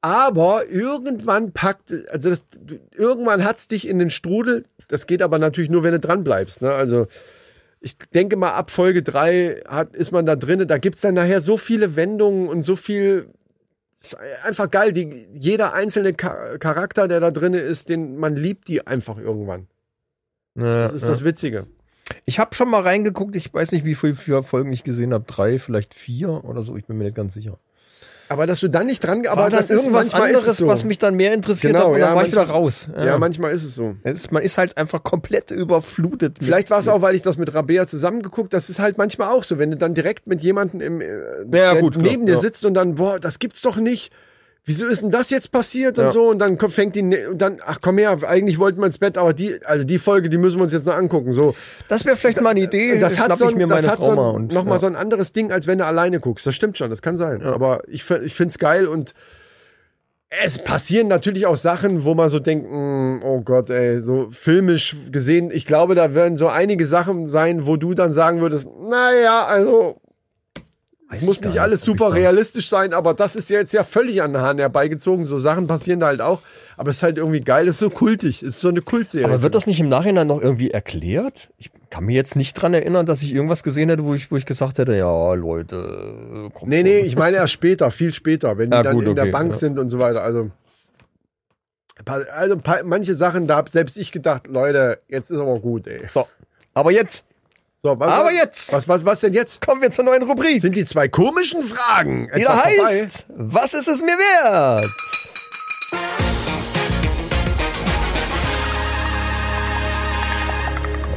Speaker 2: aber irgendwann packt, also das, du- irgendwann hat's dich in den Strudel. Das geht aber natürlich nur, wenn du dran bleibst. Ne? Also ich denke mal, ab Folge 3 hat, ist man da drin. Da gibt's dann nachher so viele Wendungen und so viel. Ist einfach geil. Die, jeder einzelne Cha- Charakter, der da drin ist, den man liebt die einfach irgendwann. Das ist das Witzige.
Speaker 1: Ich habe schon mal reingeguckt, ich weiß nicht, wie viel- viele Folgen ich gesehen habe. Drei, vielleicht vier oder so, ich bin mir nicht ganz sicher.
Speaker 2: Aber dass du dann nicht dran
Speaker 1: Aber
Speaker 2: aber
Speaker 1: dann
Speaker 2: das ist
Speaker 1: irgendwas
Speaker 2: manchmal
Speaker 1: anderes,
Speaker 2: ist es so.
Speaker 1: was mich dann mehr interessiert
Speaker 2: Genau,
Speaker 1: hat, und
Speaker 2: ja,
Speaker 1: dann war ich
Speaker 2: manchmal-
Speaker 1: wieder raus.
Speaker 2: ja. manchmal ist es so.
Speaker 1: Es ist, man ist halt einfach komplett überflutet. mit-
Speaker 2: Vielleicht war es auch, weil ich das mit Rabea zusammengeguckt, das ist halt manchmal auch so, wenn du dann direkt mit jemandem im, äh,
Speaker 1: Ja,
Speaker 2: der
Speaker 1: gut, klar,
Speaker 2: neben dir
Speaker 1: ja.
Speaker 2: sitzt und dann, boah, das gibt's doch nicht. Wieso ist denn das jetzt passiert und
Speaker 1: Ja.
Speaker 2: so und dann kommt- fängt die ne- und dann ach komm her, eigentlich wollten wir ins Bett, aber die also die Folge, die müssen wir uns jetzt noch angucken, so.
Speaker 1: Das wäre vielleicht mal eine Idee.
Speaker 2: das hat
Speaker 1: schnapp
Speaker 2: so
Speaker 1: ich mir
Speaker 2: ein, das
Speaker 1: meine
Speaker 2: hat
Speaker 1: Frau
Speaker 2: so ein,
Speaker 1: mal und
Speaker 2: nochmal
Speaker 1: ja.
Speaker 2: so ein anderes Ding, als wenn du alleine guckst. Das stimmt schon, das kann sein, aber ich fi- ich find's geil und es passieren natürlich auch Sachen, wo man so denkt, mm, oh Gott, ey, so filmisch gesehen, ich glaube, da werden so einige Sachen sein, wo du dann sagen würdest, naja, also
Speaker 1: Weiß
Speaker 2: es muss
Speaker 1: ich gar
Speaker 2: nicht alles
Speaker 1: ob ich
Speaker 2: super
Speaker 1: da-
Speaker 2: realistisch sein, aber das ist ja jetzt ja völlig an den Haaren herbeigezogen. So Sachen passieren da halt auch. Aber es ist halt irgendwie geil, es ist so kultig, es ist so eine Kultserie.
Speaker 1: Aber wird das nicht im Nachhinein noch irgendwie erklärt? Ich kann mir jetzt nicht dran erinnern, dass ich irgendwas gesehen hätte, wo ich, wo ich gesagt hätte, ja, Leute, äh, kommt
Speaker 2: Nee, nee, ich meine erst später, viel später, wenn
Speaker 1: Ja,
Speaker 2: die dann
Speaker 1: gut,
Speaker 2: in der
Speaker 1: okay,
Speaker 2: Bank
Speaker 1: ja.
Speaker 2: sind und so weiter. Also, also ein paar- manche Sachen, da hab selbst ich gedacht, Leute, jetzt ist aber gut, ey.
Speaker 1: So. Aber jetzt
Speaker 2: So, was,
Speaker 1: Aber jetzt!
Speaker 2: Was, was, was denn jetzt?
Speaker 1: kommen wir zur neuen Rubrik,
Speaker 2: Sind die zwei komischen Fragen.
Speaker 1: die da heißt, was ist es mir wert?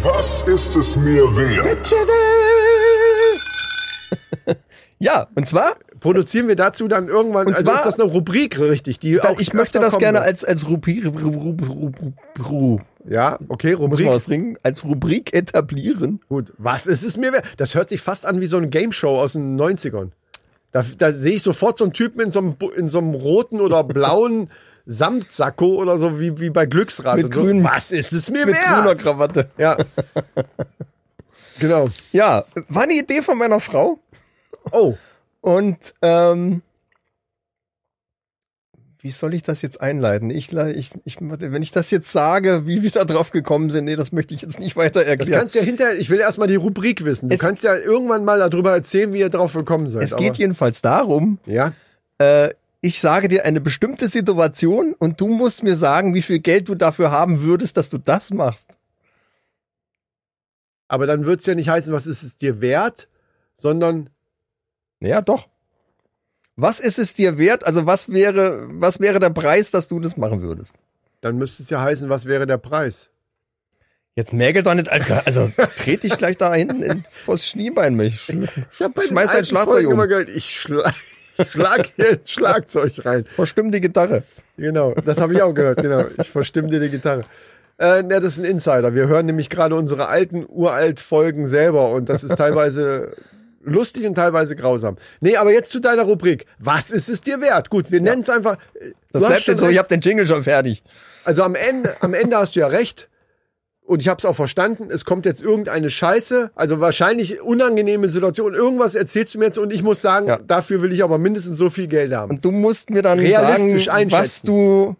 Speaker 5: Was ist es mir wert?
Speaker 1: Ja, und zwar,
Speaker 2: Produzieren wir dazu dann irgendwann,
Speaker 1: Und
Speaker 2: also
Speaker 1: zwar-
Speaker 2: ist das eine Rubrik, richtig? Die
Speaker 1: da,
Speaker 2: auch
Speaker 1: ich möchte
Speaker 2: öfter
Speaker 1: das
Speaker 2: kommen
Speaker 1: gerne
Speaker 2: wird.
Speaker 1: als, als Rubrik, Rubrik, Rubrik, Rubrik,
Speaker 2: Ja, okay,
Speaker 1: muss man
Speaker 2: Rubrik.
Speaker 1: was trinken, als Rubrik etablieren.
Speaker 2: Gut, was ist es mir wert? Das hört sich fast an wie so eine Gameshow aus den 90ern. Da, da sehe ich sofort so einen Typen in so einem, bu- in so einem roten oder blauen Samtsacko oder so, wie, wie bei Glücksrad.
Speaker 1: Mit
Speaker 2: und so.
Speaker 1: grünen-
Speaker 2: Was ist es mir
Speaker 1: Mit grüner
Speaker 2: wert?
Speaker 1: Krawatte.
Speaker 2: Ja. genau.
Speaker 1: Ja, war eine Idee von meiner Frau.
Speaker 2: Oh,
Speaker 1: Und ähm, wie soll ich das jetzt einleiten? Ich, la- ich, ich, wenn ich das jetzt sage, wie wir da drauf gekommen sind, nee, das möchte ich jetzt nicht weiter
Speaker 2: das
Speaker 1: erklären.
Speaker 2: kannst du ja hinterher, ich will erstmal die Rubrik wissen. Du
Speaker 1: Es-
Speaker 2: kannst ja irgendwann mal darüber erzählen, wie ihr drauf gekommen seid.
Speaker 1: es geht jedenfalls darum,
Speaker 2: ja.
Speaker 1: äh, ich sage dir eine bestimmte Situation und du musst mir sagen, wie viel Geld du dafür haben würdest, dass du das machst.
Speaker 2: Aber dann wird es ja nicht heißen, was ist es dir wert, sondern
Speaker 1: Ja, doch. Was ist es dir wert? Also was wäre, was wäre der Preis, dass du das machen würdest?
Speaker 2: dann müsste es ja heißen, was wäre der Preis?
Speaker 1: Jetzt merkel doch nicht, Alter. Also trete ich gleich da hinten in, vors Schniebein, mich. Schl-
Speaker 2: Ich hab bei den
Speaker 1: Schmeiß dein
Speaker 2: alten
Speaker 1: Schlagzeug
Speaker 2: Folgen
Speaker 1: um.
Speaker 2: immer gehört, ich schla schlag hier ein Schlagzeug rein.
Speaker 1: Verstimm die Gitarre.
Speaker 2: Genau, das habe ich auch gehört. Genau, ich verstimme dir die Gitarre. Äh, na, das ist ein Insider. Wir hören nämlich gerade unsere alten, uralt Folgen selber und das ist teilweise lustig und teilweise grausam. Nee, aber jetzt zu deiner Rubrik. Was ist es dir wert? Gut, wir nennen es einfach. äh,
Speaker 1: Das
Speaker 2: du hast
Speaker 1: bleibt
Speaker 2: schon
Speaker 1: jetzt so,
Speaker 2: recht.
Speaker 1: ich habe den Jingle schon fertig.
Speaker 2: Also am Ende, am Ende hast du ja recht. Und ich habe es auch verstanden. Es kommt jetzt irgendeine Scheiße, also wahrscheinlich unangenehme Situation. Irgendwas erzählst du mir jetzt und ich muss sagen,
Speaker 1: Ja.
Speaker 2: dafür will ich aber mindestens so viel Geld haben.
Speaker 1: Und du musst mir dann
Speaker 2: Realistisch
Speaker 1: sagen, was
Speaker 2: einschätzen.
Speaker 1: du,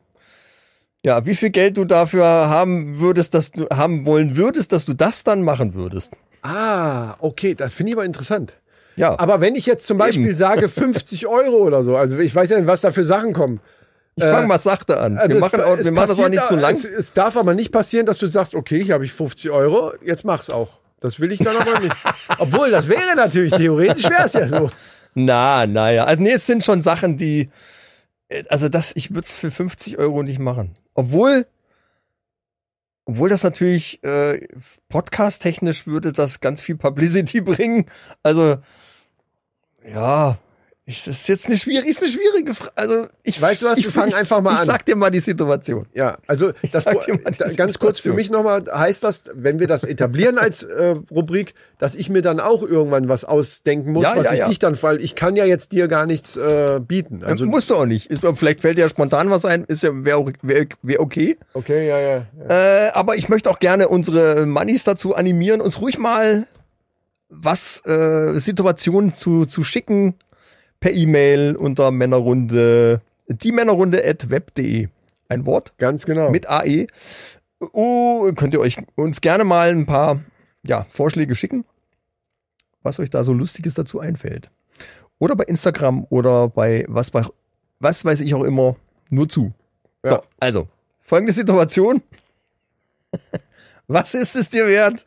Speaker 1: ja, wie viel Geld du dafür haben würdest, dass du haben wollen würdest, dass du das dann machen würdest.
Speaker 2: ah, okay, das finde ich aber interessant.
Speaker 1: Ja,
Speaker 2: Aber wenn ich jetzt zum Beispiel sage 50 Euro oder so, also ich weiß ja nicht, was da für Sachen kommen.
Speaker 1: ich fange mal sachte an. Wir
Speaker 2: äh, Das-
Speaker 1: machen, auch,
Speaker 2: es
Speaker 1: wir machen das auch
Speaker 2: passiert
Speaker 1: nicht
Speaker 2: da-
Speaker 1: zu lang.
Speaker 2: Es, es darf aber nicht passieren, dass du sagst, okay, hier habe ich 50 Euro, jetzt mach's auch. Das will ich dann aber nicht. Obwohl, das wäre natürlich, theoretisch wäre es ja so.
Speaker 1: Na, naja. Also, nee, es sind schon Sachen, die. äh, Also, das, ich würde es für 50 Euro nicht machen. Obwohl. Obwohl das natürlich äh, podcast-technisch würde das ganz viel Publicity bringen. Also, ja, Ich, das ist jetzt eine schwierige, ist eine schwierige Frage. Also, ich,
Speaker 2: Weißt du was,
Speaker 1: ich,
Speaker 2: wir fangen
Speaker 1: ich,
Speaker 2: einfach mal
Speaker 1: ich
Speaker 2: an.
Speaker 1: sag dir mal die Situation.
Speaker 2: Ja, also
Speaker 1: Ich
Speaker 2: das,
Speaker 1: sag dir mal die
Speaker 2: da- ganz kurz für
Speaker 1: Situation.
Speaker 2: mich nochmal heißt das, wenn wir das etablieren als äh, Rubrik, dass ich mir dann auch irgendwann was ausdenken muss,
Speaker 1: Ja,
Speaker 2: was
Speaker 1: ja,
Speaker 2: ich
Speaker 1: ja.
Speaker 2: dich dann, weil ich kann ja jetzt dir gar nichts äh, bieten. Also
Speaker 1: Musst du auch nicht. Ist- Vielleicht fällt dir ja spontan was ein, ist ja, wäre wär, wär okay.
Speaker 2: okay, ja, ja.
Speaker 1: Äh, aber ich möchte auch gerne unsere Mannis dazu animieren, uns ruhig mal was äh, Situationen zu, zu schicken per E-Mail unter Männerrunde, die Männerrunde at web.de. Ein Wort
Speaker 2: Ganz genau.
Speaker 1: mit AE. Oh, könnt ihr euch uns gerne mal ein paar ja, Vorschläge schicken, was euch da so Lustiges dazu einfällt. Oder bei Instagram oder bei was, bei, was weiß ich auch immer, nur zu.
Speaker 2: Ja.
Speaker 1: So, also, folgende Situation. Was ist es dir wert?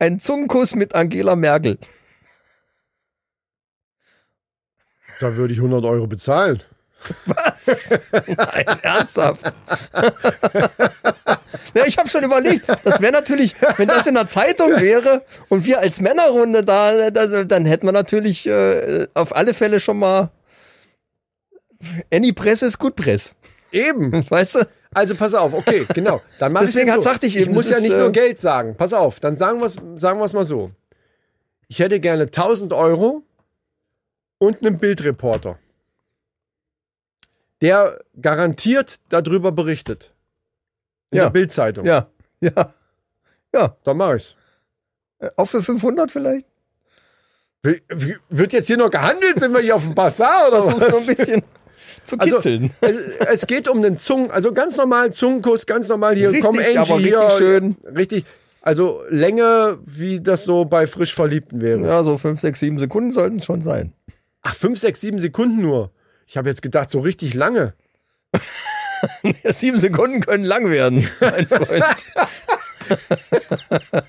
Speaker 1: Ein Zungenkuss mit Angela Merkel.
Speaker 2: da würde ich 100 Euro bezahlen.
Speaker 1: Nein, ernsthaft. ja, ich habe schon überlegt, das wäre natürlich, wenn das in der Zeitung wäre und wir als Männerrunde da, da dann hätten wir natürlich äh, auf alle Fälle schon mal Any Press ist gut Press.
Speaker 2: Eben.
Speaker 1: Weißt du?
Speaker 2: Also pass auf, okay, genau. Dann mach
Speaker 1: Deswegen
Speaker 2: ich's jetzt so.
Speaker 1: sagte ich eben,
Speaker 2: ich muss
Speaker 1: das
Speaker 2: ja
Speaker 1: ist,
Speaker 2: nicht
Speaker 1: äh,
Speaker 2: nur Geld sagen. Pass auf, dann sagen wir es sagen wir's mal so. Ich hätte gerne 1000 Euro und einen Bildreporter, der garantiert darüber berichtet. In
Speaker 1: Ja.
Speaker 2: der Bildzeitung.
Speaker 1: Ja, ja.
Speaker 2: Dann mach ich's.
Speaker 1: Auch für 500 vielleicht?
Speaker 2: Wie- wie- Wird jetzt hier noch gehandelt? Sind wir hier auf dem Bazar oder
Speaker 1: Versucht nur ein
Speaker 2: was?
Speaker 1: bisschen zu
Speaker 2: Also,
Speaker 1: kitzeln.
Speaker 2: es, es geht um den Zungen, also ganz normal Zungenkuss, ganz normal hier,
Speaker 1: Richtig,
Speaker 2: komm Angie
Speaker 1: aber richtig
Speaker 2: hier.
Speaker 1: schön.
Speaker 2: Richtig, also Länge, wie das so bei frisch Verliebten wäre.
Speaker 1: ja, so 5, 6, 7 Sekunden sollten schon sein.
Speaker 2: Ach, fünf, sechs, sieben Sekunden nur. Ich habe jetzt gedacht, so richtig lange.
Speaker 1: 7 Sekunden können lang werden, mein Freund.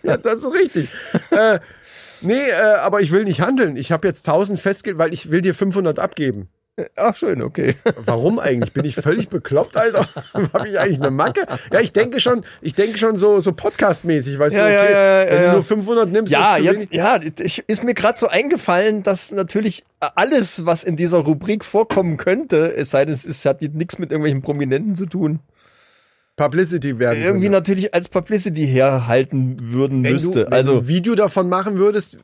Speaker 2: Ja, das ist richtig. äh, nee, äh, aber ich will nicht handeln. Ich habe jetzt 1000 festgelegt, weil ich will dir 500 abgeben.
Speaker 1: Ach, schön, okay.
Speaker 2: Warum eigentlich? Bin ich völlig bekloppt, Alter? Habe ich eigentlich eine Macke? Ja, ich denke schon, ich denke schon so, so podcastmäßig, weißt
Speaker 1: Ja,
Speaker 2: du,
Speaker 1: ja,
Speaker 2: okay,
Speaker 1: ja, ja,
Speaker 2: wenn
Speaker 1: ja.
Speaker 2: du nur 500 nimmst,
Speaker 1: Ja,
Speaker 2: ist zu
Speaker 1: jetzt,
Speaker 2: wenig.
Speaker 1: ja, ich, ist mir gerade so eingefallen, dass natürlich alles, was in dieser Rubrik vorkommen könnte, es sei denn, es ist, hat nichts mit irgendwelchen Prominenten zu tun,
Speaker 2: Publicity werden.
Speaker 1: irgendwie
Speaker 2: könnte.
Speaker 1: natürlich als Publicity herhalten würden
Speaker 2: Wenn
Speaker 1: müsste.
Speaker 2: Du, wenn du
Speaker 1: also,
Speaker 2: ein Video davon machen würdest,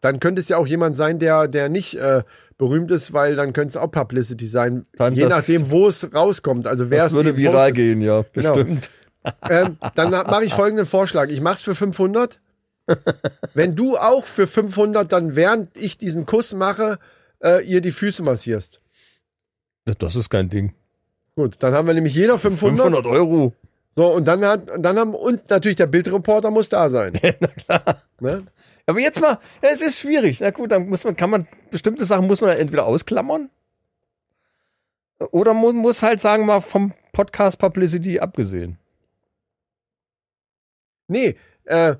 Speaker 2: dann könnte es ja auch jemand sein, der, der nicht äh, berühmt ist, weil dann könnte es auch Publicity sein.
Speaker 1: Dann
Speaker 2: je
Speaker 1: das-
Speaker 2: nachdem, wo es rauskommt. Also wer
Speaker 1: das
Speaker 2: es
Speaker 1: würde
Speaker 2: eben
Speaker 1: viral
Speaker 2: postet.
Speaker 1: gehen, ja,
Speaker 2: Genau.
Speaker 1: bestimmt.
Speaker 2: Ähm, dann mache ich folgenden Vorschlag. Ich mache es für 500. Wenn du auch für 500 dann, während ich diesen Kuss mache, äh, ihr die Füße massierst.
Speaker 1: Das ist kein Ding.
Speaker 2: Gut, dann haben wir nämlich jeder 500.
Speaker 1: 500 Euro.
Speaker 2: So, und dann hat, und dann haben, und natürlich der Bildreporter muss da sein. Na klar. Ne?
Speaker 1: Aber jetzt mal, ja, es ist schwierig. Na gut, dann muss man, kann man, bestimmte Sachen muss man dann entweder ausklammern. Oder muss, muss halt, sagen wir mal, vom Podcast Publicity abgesehen.
Speaker 2: Nee, äh,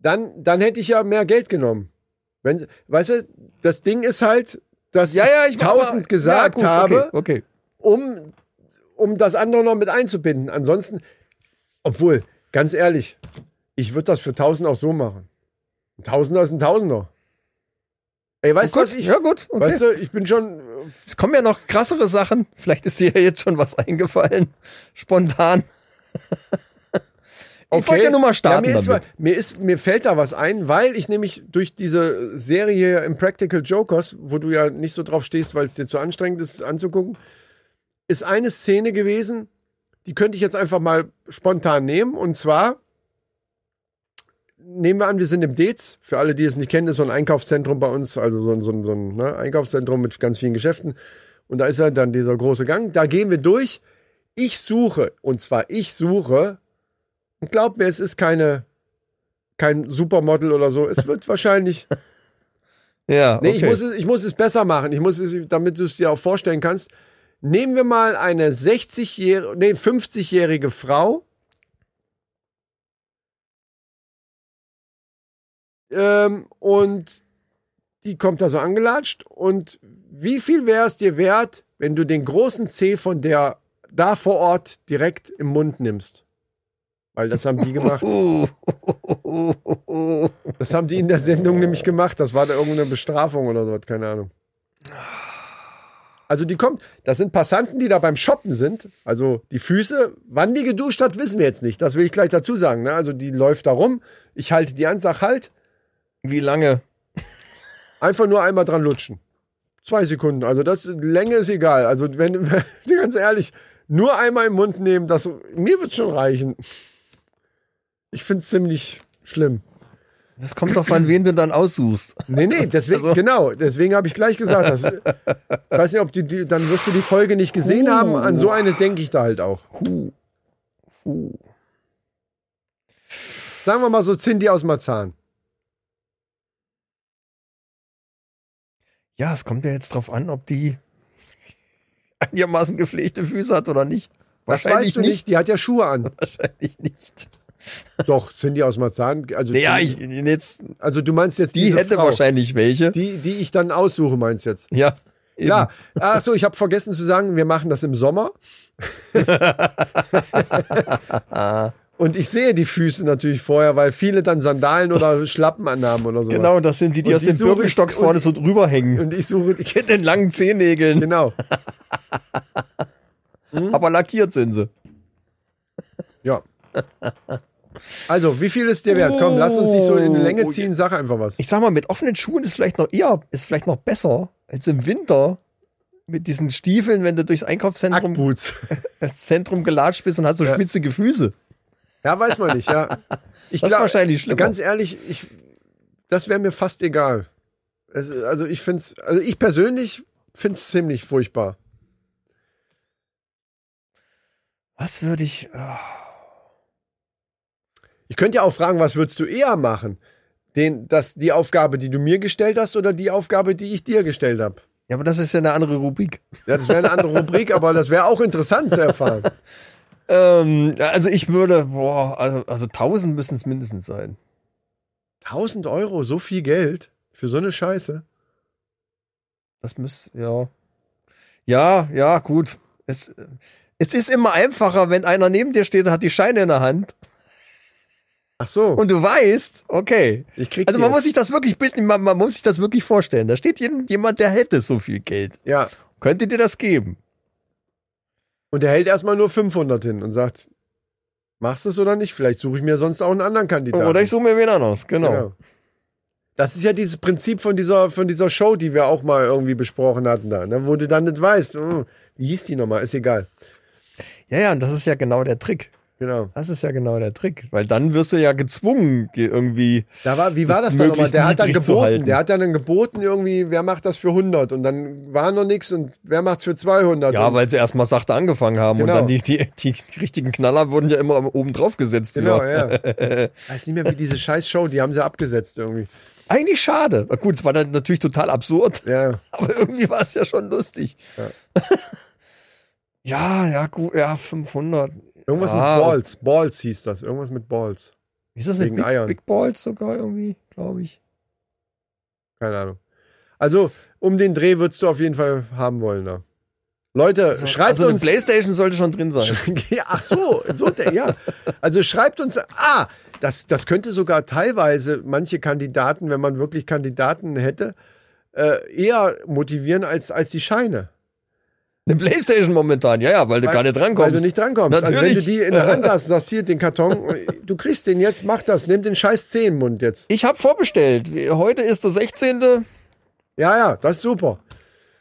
Speaker 2: dann, dann hätte ich ja mehr Geld genommen. Wenn, weißt du, das Ding ist halt, dass ich tausend gesagt
Speaker 1: ja, gut,
Speaker 2: habe,
Speaker 1: Okay, okay.
Speaker 2: um, um das andere noch mit einzubinden. Ansonsten, obwohl, ganz ehrlich, ich würde das für tausend auch so machen. Ein Tausender ist ein Tausender. Ey, weißt du,
Speaker 1: gut,
Speaker 2: was ich,
Speaker 1: ja gut. Okay.
Speaker 2: weißt du, ich bin schon,
Speaker 1: es kommen ja noch krassere Sachen. Vielleicht ist dir ja jetzt schon was eingefallen. Spontan.
Speaker 2: okay.
Speaker 1: Ich wollte ja nur mal starten
Speaker 2: mir, ist, wa-
Speaker 1: damit.
Speaker 2: mir ist, mir fällt da was ein, weil ich nämlich durch diese Serie Impractical Jokers, wo du ja nicht so drauf stehst, weil es dir zu anstrengend ist anzugucken, ist eine Szene gewesen, die könnte ich jetzt einfach mal spontan nehmen. Und zwar nehmen wir an, wir sind im Dez. Für alle, die es nicht kennen, ist so ein Einkaufszentrum bei uns, also so ein, so ein, so ein ne, Einkaufszentrum mit ganz vielen Geschäften. Und da ist ja dann dieser große Gang. Da gehen wir durch. Ich suche, und zwar ich suche, und glaub mir, es ist keine, kein Supermodel oder so. Es wird wahrscheinlich
Speaker 1: Ja, okay.
Speaker 2: Nee, ich, muss es, ich muss es besser machen. Ich muss es, damit du es dir auch vorstellen kannst. Nehmen wir mal eine 60-jährige, nee, 50-jährige Frau. Ähm, und die kommt da so angelatscht. Und wie viel wäre es dir wert, wenn du den großen C von der da vor Ort direkt im Mund nimmst? Weil das haben die gemacht. Das haben die in der Sendung nämlich gemacht. Das war da irgendeine Bestrafung oder so, keine Ahnung. Also die kommt, das sind Passanten, die da beim Shoppen sind. Also die Füße, wann die geduscht hat, wissen wir jetzt nicht. Das will ich gleich dazu sagen. Ne? Also die läuft da rum. Ich halte die an, sag halt.
Speaker 1: Wie lange?
Speaker 2: Einfach nur einmal dran lutschen. Zwei Sekunden. Also das Länge ist egal. Also wenn, ganz ehrlich, nur einmal im Mund nehmen, das mir wird schon reichen. Ich find's ziemlich schlimm.
Speaker 1: Das kommt doch an, wen du dann aussuchst.
Speaker 2: Nee, nee, deswegen,
Speaker 1: Also
Speaker 2: genau, deswegen habe ich gleich gesagt, dass, weiß nicht, ob die, die, dann wirst du die Folge nicht gesehen haben, an so eine denke ich da halt auch. Sagen wir mal so Cindy aus Marzahn.
Speaker 1: Ja, es kommt ja jetzt drauf an, ob die einigermaßen gepflegte Füße hat oder nicht.
Speaker 2: Das weißt du nicht. die hat ja Schuhe an.
Speaker 1: Wahrscheinlich nicht.
Speaker 2: Doch, Cindy aus Marzahn, also,
Speaker 1: Ja,
Speaker 2: die-
Speaker 1: ich, jetzt,
Speaker 2: also du meinst jetzt
Speaker 1: die
Speaker 2: diese
Speaker 1: hätte
Speaker 2: Frau,
Speaker 1: wahrscheinlich welche.
Speaker 2: Die, die ich dann aussuche, meinst jetzt.
Speaker 1: ja. eben.
Speaker 2: Ja, ach so, ich habe vergessen zu sagen, wir machen das im Sommer. Und ich sehe die Füße natürlich vorher, weil viele dann Sandalen oder Schlappen anhaben oder sowas.
Speaker 1: Genau, das sind die, die
Speaker 2: Und
Speaker 1: aus
Speaker 2: die
Speaker 1: den
Speaker 2: suche ich-
Speaker 1: Birkenstocks
Speaker 2: und-
Speaker 1: vorne so drüber hängen.
Speaker 2: Und ich suche die.
Speaker 1: Mit den langen Zehennägeln.
Speaker 2: Genau.
Speaker 1: Aber lackiert sind sie.
Speaker 2: Ja. Also, wie viel ist dir wert? Komm, lass uns nicht so in die Länge ziehen, sag einfach was.
Speaker 1: Oh, Ich sag mal, mit offenen Schuhen ist vielleicht noch eher, ist vielleicht noch besser als im Winter mit diesen Stiefeln, wenn du durchs Einkaufszentrum äh,
Speaker 2: Ackboots.
Speaker 1: Zentrum gelatscht bist und hast so schwitzige Füße.
Speaker 2: Ja, weiß man nicht, ja. Ich
Speaker 1: Das ist wahrscheinlich schlimmer.
Speaker 2: Ganz ehrlich, ich, das wäre mir fast egal. Es, also ich find's, also ich persönlich find's ziemlich furchtbar.
Speaker 1: Was würde ich, ah,
Speaker 2: Ich könnte ja auch fragen, was würdest du eher machen? Den, das, die Aufgabe, die du mir gestellt hast oder die Aufgabe, die ich dir gestellt habe?
Speaker 1: ja, aber das ist ja eine andere Rubrik.
Speaker 2: Ja, das wäre eine andere Rubrik, aber das wäre auch interessant zu erfahren.
Speaker 1: Ähm, ja, also ich würde, boah, also, also 1000 müssen es mindestens sein.
Speaker 2: 1000 Euro, so viel Geld für so eine Scheiße.
Speaker 1: Das müsste, ja. Ja, ja, gut. Es, äh, es ist immer einfacher, wenn einer neben dir steht und hat die Scheine in der Hand
Speaker 2: Ach so.
Speaker 1: und du weißt, okay.
Speaker 2: ich krieg
Speaker 1: Also
Speaker 2: die
Speaker 1: man
Speaker 2: jetzt.
Speaker 1: muss sich das wirklich bildlich, man, man muss sich das wirklich vorstellen. Da steht jeden- jemand, der hätte so viel Geld.
Speaker 2: Ja.
Speaker 1: Könnte dir das geben?
Speaker 2: Und er hält erstmal nur 500 hin und sagt, machst du es oder nicht? Vielleicht suche ich mir sonst auch einen anderen Kandidaten.
Speaker 1: Oder ich suche mir wen anderes, genau.
Speaker 2: Genau. Das ist ja dieses Prinzip von dieser, von dieser Show, die wir auch mal irgendwie besprochen hatten da, ne? wo du dann nicht weißt, hm, wie hieß die nochmal, ist egal.
Speaker 1: Ja, ja, und das ist ja genau der Trick.
Speaker 2: Genau.
Speaker 1: Das ist ja genau der Trick. Weil dann wirst du ja gezwungen, dir irgendwie.
Speaker 2: Da war, wie war
Speaker 1: Das
Speaker 2: das dann nochmal?
Speaker 1: möglichst
Speaker 2: Der hat dann
Speaker 1: niedrig zu
Speaker 2: geboten,
Speaker 1: halten.
Speaker 2: der hat dann geboten irgendwie, wer macht das für 100 und dann war noch nichts und wer macht's für 200?
Speaker 1: Ja,
Speaker 2: und,
Speaker 1: weil sie erstmal sachte angefangen haben
Speaker 2: Also Genau.
Speaker 1: und dann die, die, die richtigen Knaller wurden ja immer oben drauf gesetzt.
Speaker 2: Genau,
Speaker 1: wieder.
Speaker 2: ja. Weiß nicht mehr, wie diese scheiß Show, die haben sie abgesetzt irgendwie.
Speaker 1: Eigentlich schade. Na Gut, es war dann natürlich total absurd,
Speaker 2: Ja.
Speaker 1: aber irgendwie war es ja schon lustig. Ja, ja, gut, ja, 500.
Speaker 2: Irgendwas
Speaker 1: Ah.
Speaker 2: mit Balls. Balls hieß das. Irgendwas mit Balls.
Speaker 1: Ist das nicht
Speaker 2: Wegen
Speaker 1: Big,
Speaker 2: Eiern.
Speaker 1: Big Balls sogar irgendwie, glaube ich?
Speaker 2: Keine Ahnung. Also, um den Dreh würdest du auf jeden Fall haben wollen. Ne? Leute, schreibt
Speaker 1: also
Speaker 2: uns.
Speaker 1: eine Playstation sollte schon drin sein.
Speaker 2: Ja, Ach so, so der, ja. Also schreibt uns, ah, das, das könnte sogar teilweise manche Kandidaten, wenn man wirklich Kandidaten hätte, äh, eher motivieren als, als die Scheine.
Speaker 1: Eine Playstation momentan, ja, ja, weil du gar nicht drankommst.
Speaker 2: Weil du nicht drankommst. Also wenn du
Speaker 1: Natürlich.
Speaker 2: die in der Hand hast, sagst hier den Karton, du kriegst den jetzt, mach das, nimm den scheiß Zehenmund jetzt.
Speaker 1: ich habe vorbestellt. Heute ist der 16.
Speaker 2: Ja, ja, das ist super.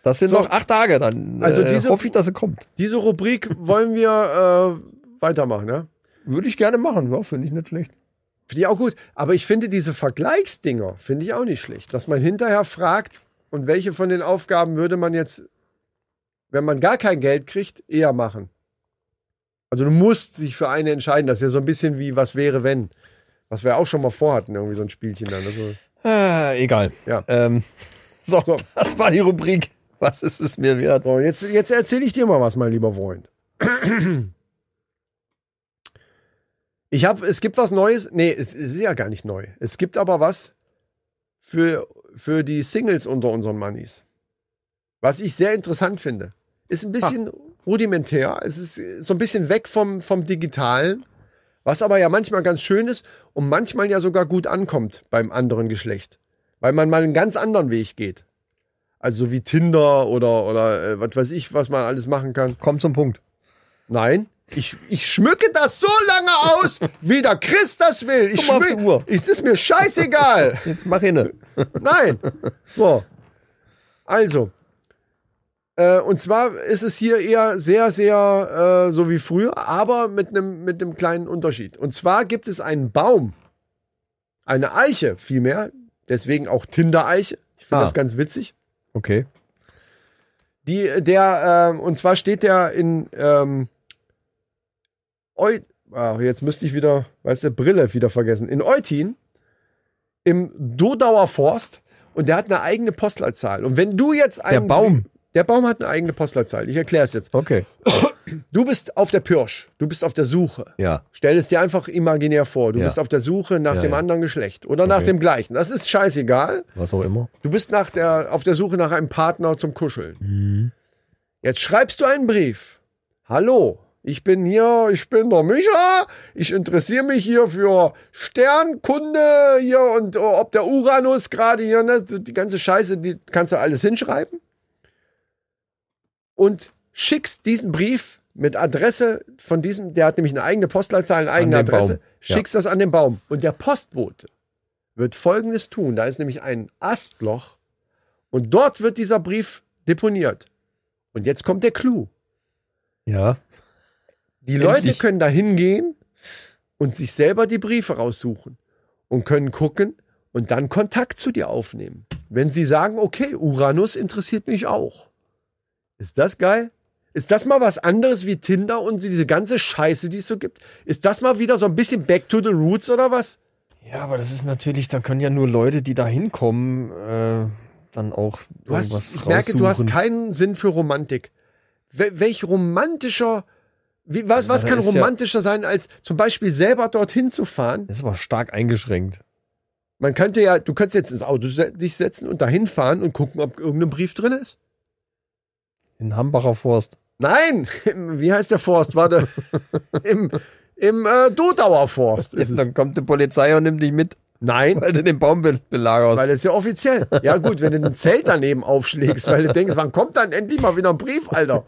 Speaker 1: Das sind
Speaker 2: So.
Speaker 1: noch acht Tage. Dann
Speaker 2: Also
Speaker 1: äh,
Speaker 2: diese-
Speaker 1: hoffe ich, dass sie kommt.
Speaker 2: Diese Rubrik wollen wir äh, weitermachen, ja?
Speaker 1: Würde ich gerne machen, ja, finde ich nicht schlecht.
Speaker 2: Finde ich auch gut. Aber ich finde diese Vergleichsdinger, finde ich auch nicht schlecht. Dass man hinterher fragt, und welche von den Aufgaben würde man jetzt, wenn man gar kein Geld kriegt, eher machen? Also du musst dich für eine entscheiden. Das ist ja so ein bisschen wie, was wäre wenn? Was wir auch schon mal vorhatten, irgendwie so ein Spielchen dann. Also,
Speaker 1: Äh, egal.
Speaker 2: Ja.
Speaker 1: Ähm, so,
Speaker 2: So.
Speaker 1: das war die Rubrik. Was ist es mir wert?
Speaker 2: so, jetzt, jetzt erzähle ich dir mal was, mein lieber Freund. Ich habe, es gibt was Neues. Nee, es, es ist ja gar nicht neu. Es gibt aber was für, für die Singles unter unseren Mannis. Was ich sehr interessant finde. Ist ein bisschen rudimentär. Es ist so ein bisschen weg vom, vom Digitalen. Was aber ja manchmal ganz schön ist und manchmal ja sogar gut ankommt beim anderen Geschlecht. Weil man mal einen ganz anderen Weg geht. Also so wie Tinder oder, oder äh, was weiß ich, was man alles machen kann.
Speaker 1: Komm zum Punkt.
Speaker 2: Nein. Ich, ich schmücke das so lange aus, wie der Chris das will. Ich
Speaker 1: Guck mal auf die
Speaker 2: schmück-
Speaker 1: Uhr.
Speaker 2: Ist es mir scheißegal.
Speaker 1: Jetzt mach inne.
Speaker 2: Nein. So. Also. Äh, und zwar ist es hier eher sehr, sehr äh, so wie früher, aber mit einem mit einem kleinen Unterschied. Und zwar gibt es einen Baum, eine Eiche vielmehr, deswegen auch Tinder-Eiche. Ich
Speaker 1: Ah.
Speaker 2: finde das ganz witzig.
Speaker 1: Okay.
Speaker 2: Die, der, ähm, und zwar steht der in, ähm, Eu ah, jetzt müsste ich wieder, weißt du, Brille wieder vergessen. In Eutin, im Dodauer Forst, und der hat eine eigene Postleitzahl. Und wenn du jetzt
Speaker 1: Der
Speaker 2: einen.
Speaker 1: Baum.
Speaker 2: Der Baum hat eine eigene Postleitzahl. Ich erkläre es jetzt.
Speaker 1: Okay.
Speaker 2: Du bist auf der Pirsch. Du bist auf der Suche.
Speaker 3: Ja.
Speaker 2: Stell es dir einfach imaginär vor. Du
Speaker 3: Ja.
Speaker 2: bist auf der Suche nach
Speaker 3: Ja,
Speaker 2: dem
Speaker 3: ja.
Speaker 2: anderen Geschlecht oder nach dem gleichen. Das ist scheißegal.
Speaker 1: Was auch immer.
Speaker 2: Du bist nach der, auf der Suche nach einem Partner zum Kuscheln. Jetzt schreibst du einen Brief. Hallo, ich bin hier, ich bin der Micha. Ich interessiere mich hier für Sternkunde hier und oh, ob der Uranus gerade hier, ne, die ganze Scheiße, die kannst du alles hinschreiben. Und schickst diesen Brief mit Adresse von diesem, der hat nämlich eine eigene Postleitzahl, eine eigene
Speaker 1: An den
Speaker 2: Adresse.
Speaker 1: Baum, ja.
Speaker 2: Schickst das an den Baum. Und der Postbote wird Folgendes tun. Da ist nämlich ein Astloch und dort wird dieser Brief deponiert. Und jetzt kommt der Clou.
Speaker 1: Ja.
Speaker 2: Die Leute
Speaker 1: Endlich.
Speaker 2: können da hingehen und sich selber die Briefe raussuchen und können gucken und dann Kontakt zu dir aufnehmen. Wenn sie sagen, okay, Uranus interessiert mich auch. Ist das geil? Ist das mal was anderes wie Tinder und diese ganze Scheiße, die es so gibt? Ist das mal wieder so ein bisschen back to the roots oder was?
Speaker 1: Ja, aber das ist natürlich, da können ja nur Leute, die da hinkommen, äh, dann auch
Speaker 2: Du hast,
Speaker 1: irgendwas
Speaker 2: ich merke, du hast
Speaker 1: raussuchen.
Speaker 2: keinen Sinn für Romantik. Wel welch romantischer, wie, was, was
Speaker 1: da
Speaker 2: kann
Speaker 1: ist ja-
Speaker 2: romantischer sein, als zum Beispiel selber dorthin zu fahren?
Speaker 1: Das ist aber stark eingeschränkt.
Speaker 2: Man könnte ja, du könntest jetzt ins Auto se dich setzen und dahin fahren und gucken, ob irgendein Brief drin ist.
Speaker 1: In Hambacher Forst.
Speaker 2: Nein, im, wie heißt der Forst? Warte, im, im äh, Dodauer Forst ist es.
Speaker 1: Dann kommt die Polizei und nimmt dich mit,
Speaker 2: Nein,
Speaker 1: weil du den Baum be- belagerst.
Speaker 2: Weil es ja offiziell. Ja, gut, wenn du ein Zelt daneben aufschlägst, weil du denkst, wann kommt dann endlich mal wieder ein Brief, Alter?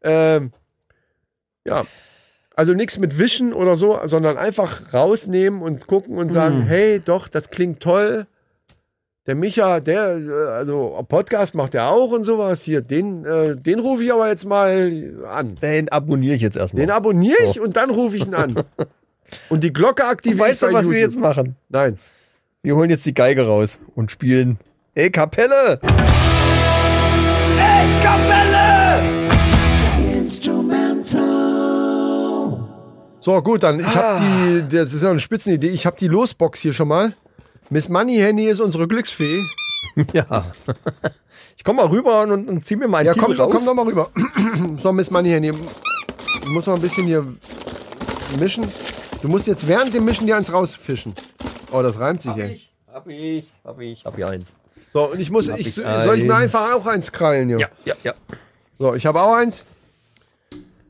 Speaker 2: Ähm, ja. Also nichts mit Wischen oder so, sondern einfach rausnehmen und gucken und sagen,
Speaker 1: Mhm.
Speaker 2: hey, doch, das klingt toll. Der Micha, der, äh, also Podcast macht er auch und sowas. Hier, den, äh, den rufe ich aber jetzt mal an.
Speaker 1: den abonniere ich jetzt erstmal.
Speaker 2: Den abonniere ich und dann rufe ich ihn an. Und die Glocke aktiviere
Speaker 1: weißt
Speaker 2: ich
Speaker 1: du,
Speaker 2: bei
Speaker 1: was wir
Speaker 2: YouTube.
Speaker 1: jetzt machen?
Speaker 2: Nein.
Speaker 1: Wir holen jetzt die Geige raus und spielen. E Ey, Kapelle!
Speaker 2: So, gut, dann ich habe die, das ist ja eine Spitzenidee, ich habe die Losbox hier schon mal. Miss Money Henny ist unsere Glücksfee.
Speaker 1: Ja. Ich komm mal rüber und, und zieh mir meinen
Speaker 2: Ja,
Speaker 1: Titel
Speaker 2: komm,
Speaker 1: raus.
Speaker 2: komm doch mal rüber. So, Miss Money Henny, muss mal ein bisschen hier mischen. Du musst jetzt während dem Mischen dir eins rausfischen. Oh, das reimt sich, ey.
Speaker 1: Hab ich, hab ich, hab ich eins.
Speaker 2: So, und ich muss, ich,
Speaker 1: ich
Speaker 2: soll ich mir
Speaker 1: eins.
Speaker 2: einfach auch eins krallen, hier?
Speaker 1: Ja, ja, ja.
Speaker 2: So, ich habe auch eins.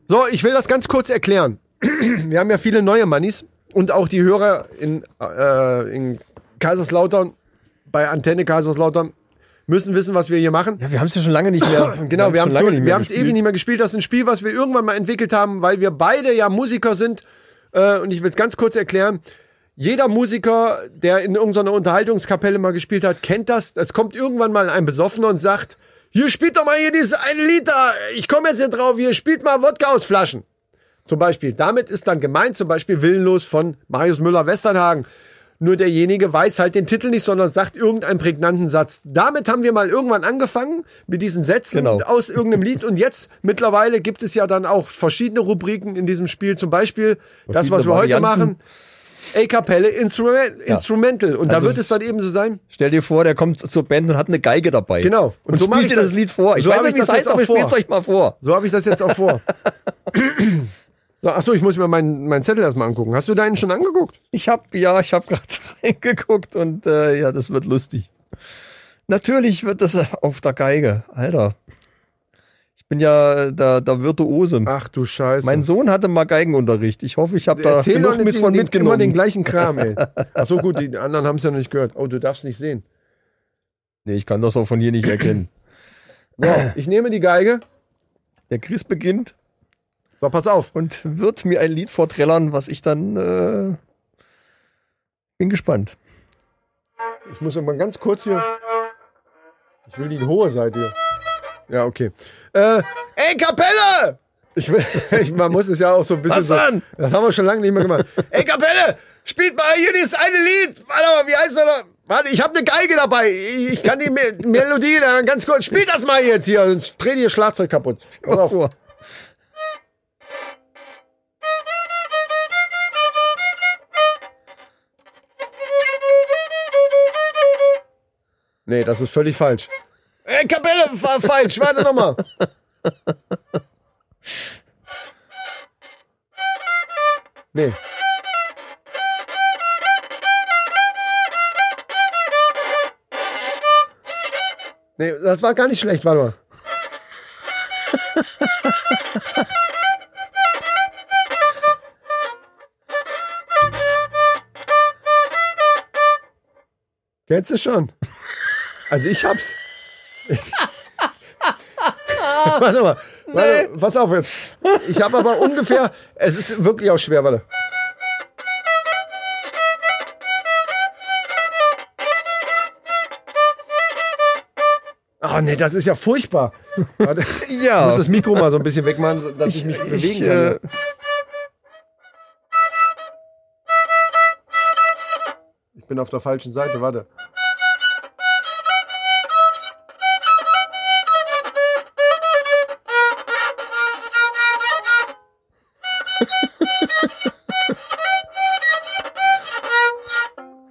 Speaker 2: So, ich will das ganz kurz erklären. Wir haben ja viele neue Mannis und auch die Hörer in, äh, in Kaiserslautern, bei Antenne Kaiserslautern, müssen wissen, was wir hier machen.
Speaker 1: Ja, wir haben es ja schon lange nicht mehr.
Speaker 2: Genau, wir haben
Speaker 1: schon lange nicht mehr
Speaker 2: es ewig nicht mehr gespielt. Das ist ein Spiel, was wir irgendwann mal entwickelt haben, weil wir beide ja Musiker sind. Äh, und ich will es ganz kurz erklären. Jeder Musiker, der in irgendeiner Unterhaltungskapelle mal gespielt hat, kennt das. Es kommt irgendwann mal ein Besoffener und sagt, hier spielt doch mal hier dieses eine Lied da. Ich komme jetzt hier drauf, hier spielt mal Wodka aus Flaschen. Zum Beispiel. Damit ist dann gemeint, zum Beispiel Willenlos von Marius Müller-Westernhagen. Nur derjenige weiß halt den Titel nicht, sondern sagt irgendeinen prägnanten Satz. Damit haben wir mal irgendwann angefangen mit diesen Sätzen
Speaker 1: Genau.
Speaker 2: aus irgendeinem Lied. Und jetzt mittlerweile gibt es ja dann auch verschiedene Rubriken in diesem Spiel. Zum Beispiel das, was wir heute
Speaker 1: Varianten.
Speaker 2: machen. A Kapelle Instrument, Instrumental. Und
Speaker 1: Also
Speaker 2: da wird es dann eben so sein.
Speaker 1: Stell dir vor, der kommt zur Band und hat eine Geige dabei.
Speaker 2: Genau.
Speaker 1: Und, so
Speaker 2: mach
Speaker 1: spielt dir das Lied vor. Ich
Speaker 2: so
Speaker 1: weiß
Speaker 2: hab
Speaker 1: nicht, wie es heißt,
Speaker 2: jetzt
Speaker 1: aber
Speaker 2: auch vor.
Speaker 1: spielt euch mal vor.
Speaker 2: So habe ich das jetzt auch vor. so, achso, ich muss mir meinen, meinen Zettel erstmal angucken. Hast du deinen schon angeguckt?
Speaker 1: Ich hab, ja, ich hab gerade reingeguckt und äh, ja, das wird lustig. Natürlich wird das auf der Geige. Alter. Ich bin ja der, der Virtuose.
Speaker 2: Ach du Scheiße.
Speaker 1: Mein Sohn hatte mal Geigenunterricht. Ich hoffe, ich habe da
Speaker 2: Erzähl doch
Speaker 1: genug
Speaker 2: nicht
Speaker 1: mit
Speaker 2: den,
Speaker 1: von
Speaker 2: den, immer
Speaker 1: mitgenommen.
Speaker 2: den gleichen Kram, ey. Achso, gut, die anderen haben es ja noch nicht gehört. Oh, du darfst nicht sehen.
Speaker 1: Nee, ich kann das auch von hier nicht erkennen.
Speaker 2: So, ich nehme die Geige.
Speaker 1: Der Chris beginnt
Speaker 2: So, pass auf.
Speaker 1: und wird mir ein Lied vorträllern, was ich dann äh, bin gespannt.
Speaker 2: Ich muss mal ganz kurz hier. Ich will die hohe Seite hier. Ja, okay. Äh, ey, Kapelle! Ich will, ich, man muss es ja auch so ein bisschen.
Speaker 1: Was
Speaker 2: so,
Speaker 1: denn?
Speaker 2: das haben wir schon lange nicht mehr gemacht. ey, Kapelle! Spielt mal hier dieses eine Lied! Warte mal, wie heißt das noch? Warte, ich habe eine Geige dabei. Ich, ich kann die Me Melodie da ganz kurz. Spielt das mal jetzt hier, sonst dreht ihr Schlagzeug kaputt. Pass auf.
Speaker 1: Vor.
Speaker 2: Nee, das ist völlig falsch. Ey, Kapelle, fa falsch. Warte nochmal. Nee. Nee, das war gar nicht schlecht, warte mal. Kennst du schon? Also ich hab's. warte mal. Warte, pass auf jetzt. Ich habe aber ungefähr. Es ist wirklich auch schwer, warte. Ah, nee, das ist ja furchtbar. Warte, Ich
Speaker 1: Ja.
Speaker 2: muss das Mikro mal so ein bisschen wegmachen, dass ich, mich bewegen
Speaker 1: Ich,
Speaker 2: kann.
Speaker 1: äh,
Speaker 2: Ich bin auf der falschen Seite, warte.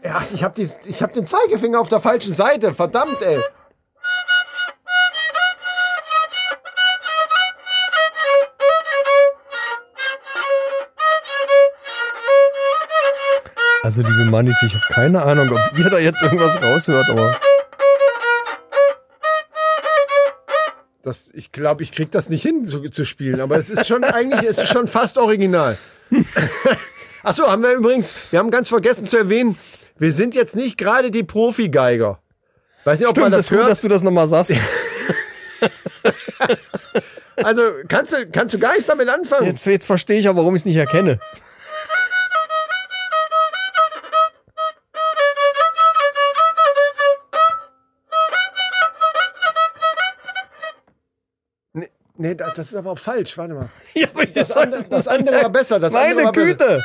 Speaker 2: Ja, ich hab, die, ich hab den Zeigefinger auf der falschen Seite, verdammt, ey.
Speaker 1: also liebe Mannis, ich habe keine Ahnung, ob ihr da jetzt irgendwas raushört, aber
Speaker 2: Das, ich glaube, ich krieg das nicht hin zu, zu spielen, aber es ist schon eigentlich, es ist schon fast original. Ach so, haben wir übrigens, wir haben ganz vergessen zu erwähnen, wir sind jetzt nicht gerade die Profi-Geiger. Weiß nicht, ob man
Speaker 1: stimmt,
Speaker 2: das
Speaker 1: das ist gut,
Speaker 2: hört.
Speaker 1: dass du das nochmal sagst.
Speaker 2: Also kannst du, kannst du gar nichts damit anfangen.
Speaker 1: Jetzt, jetzt verstehe ich auch, warum ich es nicht erkenne.
Speaker 2: Nee, nee, das das ist aber falsch, warte mal.
Speaker 1: Ja, aber ihr
Speaker 2: Das
Speaker 1: sagt
Speaker 2: andere-
Speaker 1: es
Speaker 2: das
Speaker 1: nicht.
Speaker 2: andere war besser, das
Speaker 1: Meine
Speaker 2: andere war besser.
Speaker 1: Güte.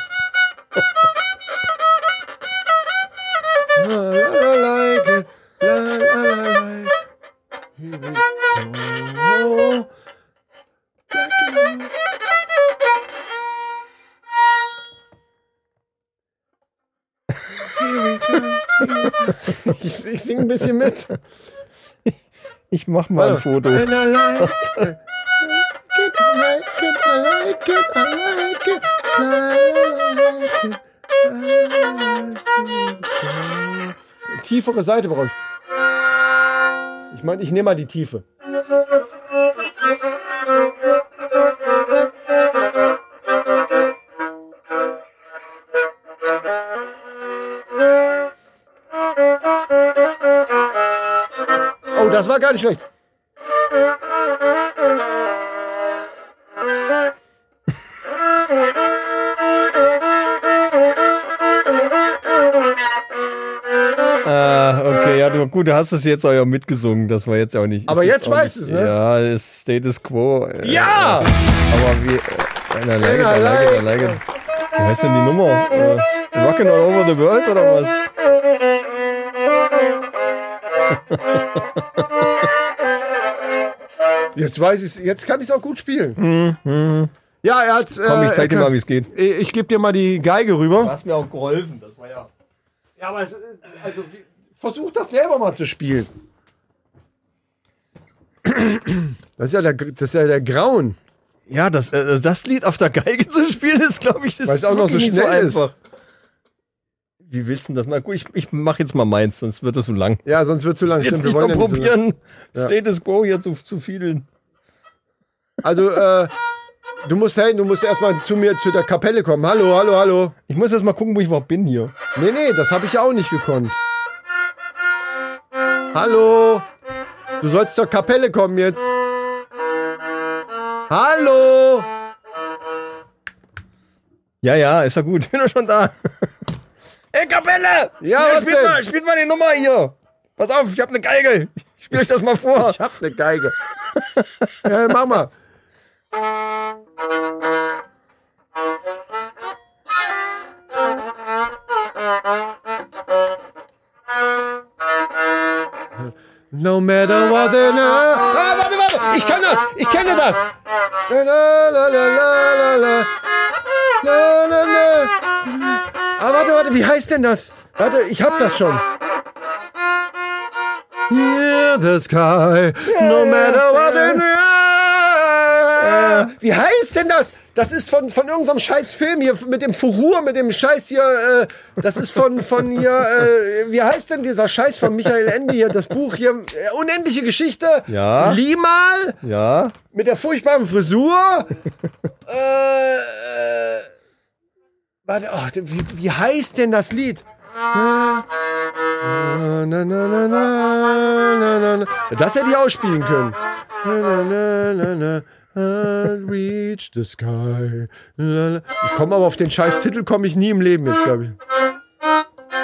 Speaker 2: Ich, ich singe ein bisschen mit.
Speaker 1: Ich mach mal ein Foto.
Speaker 2: And I like it. I like it, I like it, I like it, I like it, I like it. Tiefere Seite brauche ich. Ich meine, ich nehme mal die Tiefe. Oh, das war gar nicht schlecht.
Speaker 1: Ah, okay, ja, du, gut, du hast es jetzt auch ja mitgesungen, das war jetzt auch nicht.
Speaker 2: Aber
Speaker 1: ist
Speaker 2: jetzt
Speaker 1: auch
Speaker 2: weißt
Speaker 1: nicht-
Speaker 2: du's, ne?
Speaker 1: Ja, ist Status Quo. äh,
Speaker 2: Ja!
Speaker 1: Aber wie. Einer like,
Speaker 2: Einer
Speaker 1: einer like, einer
Speaker 2: like.
Speaker 1: like. Wie heißt denn die Nummer? Äh, Rockin' all over the world oder was?
Speaker 2: Jetzt weiß ich jetzt kann ich es auch gut spielen. Ja, er hat's.
Speaker 1: Mhm. Komm, ich
Speaker 2: äh,
Speaker 1: zeig dir
Speaker 2: er kann-
Speaker 1: mal, wie es geht.
Speaker 2: Ich, ich gebe dir mal die Geige rüber.
Speaker 1: hast mir auch geholfen, das war ja.
Speaker 2: Ja, aber es, also versuch das selber mal zu spielen. Das ist ja der, das ist ja der Grauen.
Speaker 1: Ja, das, äh, das Lied auf der Geige zu spielen, ist, glaube ich, das
Speaker 2: Weil's auch noch so
Speaker 1: wirklich nicht
Speaker 2: schnell ist.
Speaker 1: Wie willst du denn das mal? Gut, ich, ich mache jetzt mal meins, sonst wird das so lang.
Speaker 2: Ja, sonst wird zu lang.
Speaker 1: Jetzt
Speaker 2: Stimmt,
Speaker 1: nicht
Speaker 2: wir
Speaker 1: noch
Speaker 2: wollen ja nicht so lang.
Speaker 1: probieren, Status Quo hier zu, zu fiedeln.
Speaker 2: Also, äh, du musst hey, du musst erstmal zu mir zu der Kapelle kommen. Hallo, hallo, hallo.
Speaker 1: Ich muss jetzt mal gucken, wo ich überhaupt bin hier.
Speaker 2: Nee, nee, das habe ich ja auch nicht gekonnt. Hallo? Du sollst zur Kapelle kommen jetzt. Hallo?
Speaker 1: Ja, ja, ist ja gut. Bin doch schon da. Ey, Kapelle!
Speaker 2: Ja,
Speaker 1: Hier,
Speaker 2: was
Speaker 1: spielt
Speaker 2: denn?
Speaker 1: mal, spielt mal die Nummer hier. Pass auf, ich hab eine Geige. Ich spiel euch das mal vor.
Speaker 2: Ich hab eine Geige. ja, mach mal. No matter what they know. Ah, warte, warte. Ich kann das. Ich kenne das. La, la, la, la, la, la, la. La, la, la. Ah, warte, warte. Wie heißt denn das? Warte, ich hab das schon. Near the sky, no matter what in Äh, Wie heißt denn das? Das ist von, von irgendeinem scheiß Film hier, mit dem Furor, mit dem Scheiß hier, äh, das ist von, von hier, äh, wie heißt denn dieser Scheiß von Michael Ende hier, das Buch hier, äh, Unendliche Geschichte?
Speaker 1: Ja.
Speaker 2: Limal?
Speaker 1: Ja.
Speaker 2: Mit der furchtbaren Frisur? äh, äh, warte, ach, wie, wie heißt denn das Lied? Na, na, na, na, na, na, na. Das hätte ich ausspielen können. Na, na, na, na, na. I'll Reach the sky. La, la. Ich komme aber auf den scheiß Titel komme ich nie im Leben jetzt, glaube ich.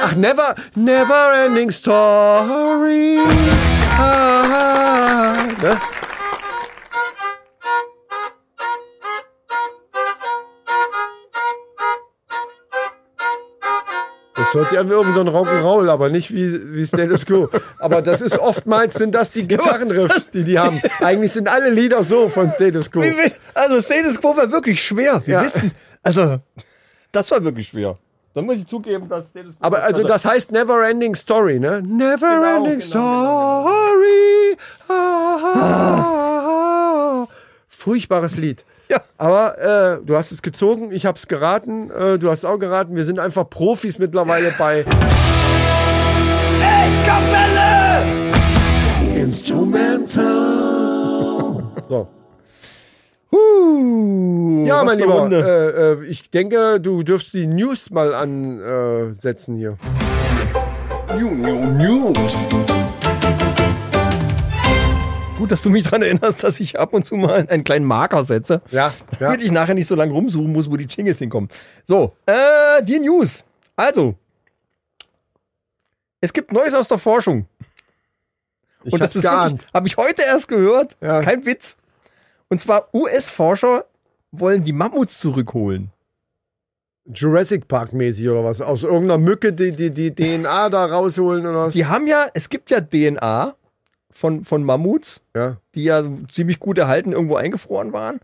Speaker 2: Ach, never, never ending story. Ah, ne? Das hört sich an wie irgendein so Rock'n'Roll, aber nicht wie, wie Status Quo. Aber das ist oftmals sind das die Gitarrenriffs, die die haben. Eigentlich sind alle Lieder so von Status Quo.
Speaker 1: Wie will- Also, Status Quo war wirklich schwer. Wie
Speaker 2: Ja.
Speaker 1: willst du- Also, das war wirklich schwer. Da muss ich zugeben, dass Status Quo.
Speaker 2: Aber also das heißt Never Ending Story, ne? Never
Speaker 1: Genau,
Speaker 2: Ending Story. Ah. Furchtbares Lied.
Speaker 1: genau. Ja.
Speaker 2: Aber äh, du hast es gezogen, ich hab's geraten, äh, du hast auch geraten. Wir sind einfach Profis mittlerweile bei
Speaker 1: Kapelle!
Speaker 2: so.
Speaker 1: Uh,
Speaker 2: Ja,
Speaker 1: was
Speaker 2: mein
Speaker 1: eine
Speaker 2: Lieber,
Speaker 1: Runde.
Speaker 2: äh, äh, ich denke, du dürfst die News mal ansetzen hier.
Speaker 5: New, new, news.
Speaker 1: Gut, dass du mich daran erinnerst, dass ich ab und zu mal einen kleinen Marker setze.
Speaker 2: Ja, ja.
Speaker 1: Damit ich nachher nicht so lange rumsuchen muss, wo die Jingles hinkommen. So, äh, die News. Also, es gibt Neues aus der Forschung.
Speaker 2: Ich
Speaker 1: und das
Speaker 2: hab's
Speaker 1: ist
Speaker 2: geahnt.
Speaker 1: habe ich heute erst gehört.
Speaker 2: Ja.
Speaker 1: Kein Witz. Und zwar US-Forscher wollen die Mammuts zurückholen.
Speaker 2: Jurassic Park mäßig oder was? Aus irgendeiner Mücke die, die, die DNA da rausholen oder was?
Speaker 1: Die haben ja, es gibt ja DNA von, von Mammuts.
Speaker 2: Ja.
Speaker 1: die ja ziemlich gut erhalten irgendwo eingefroren waren.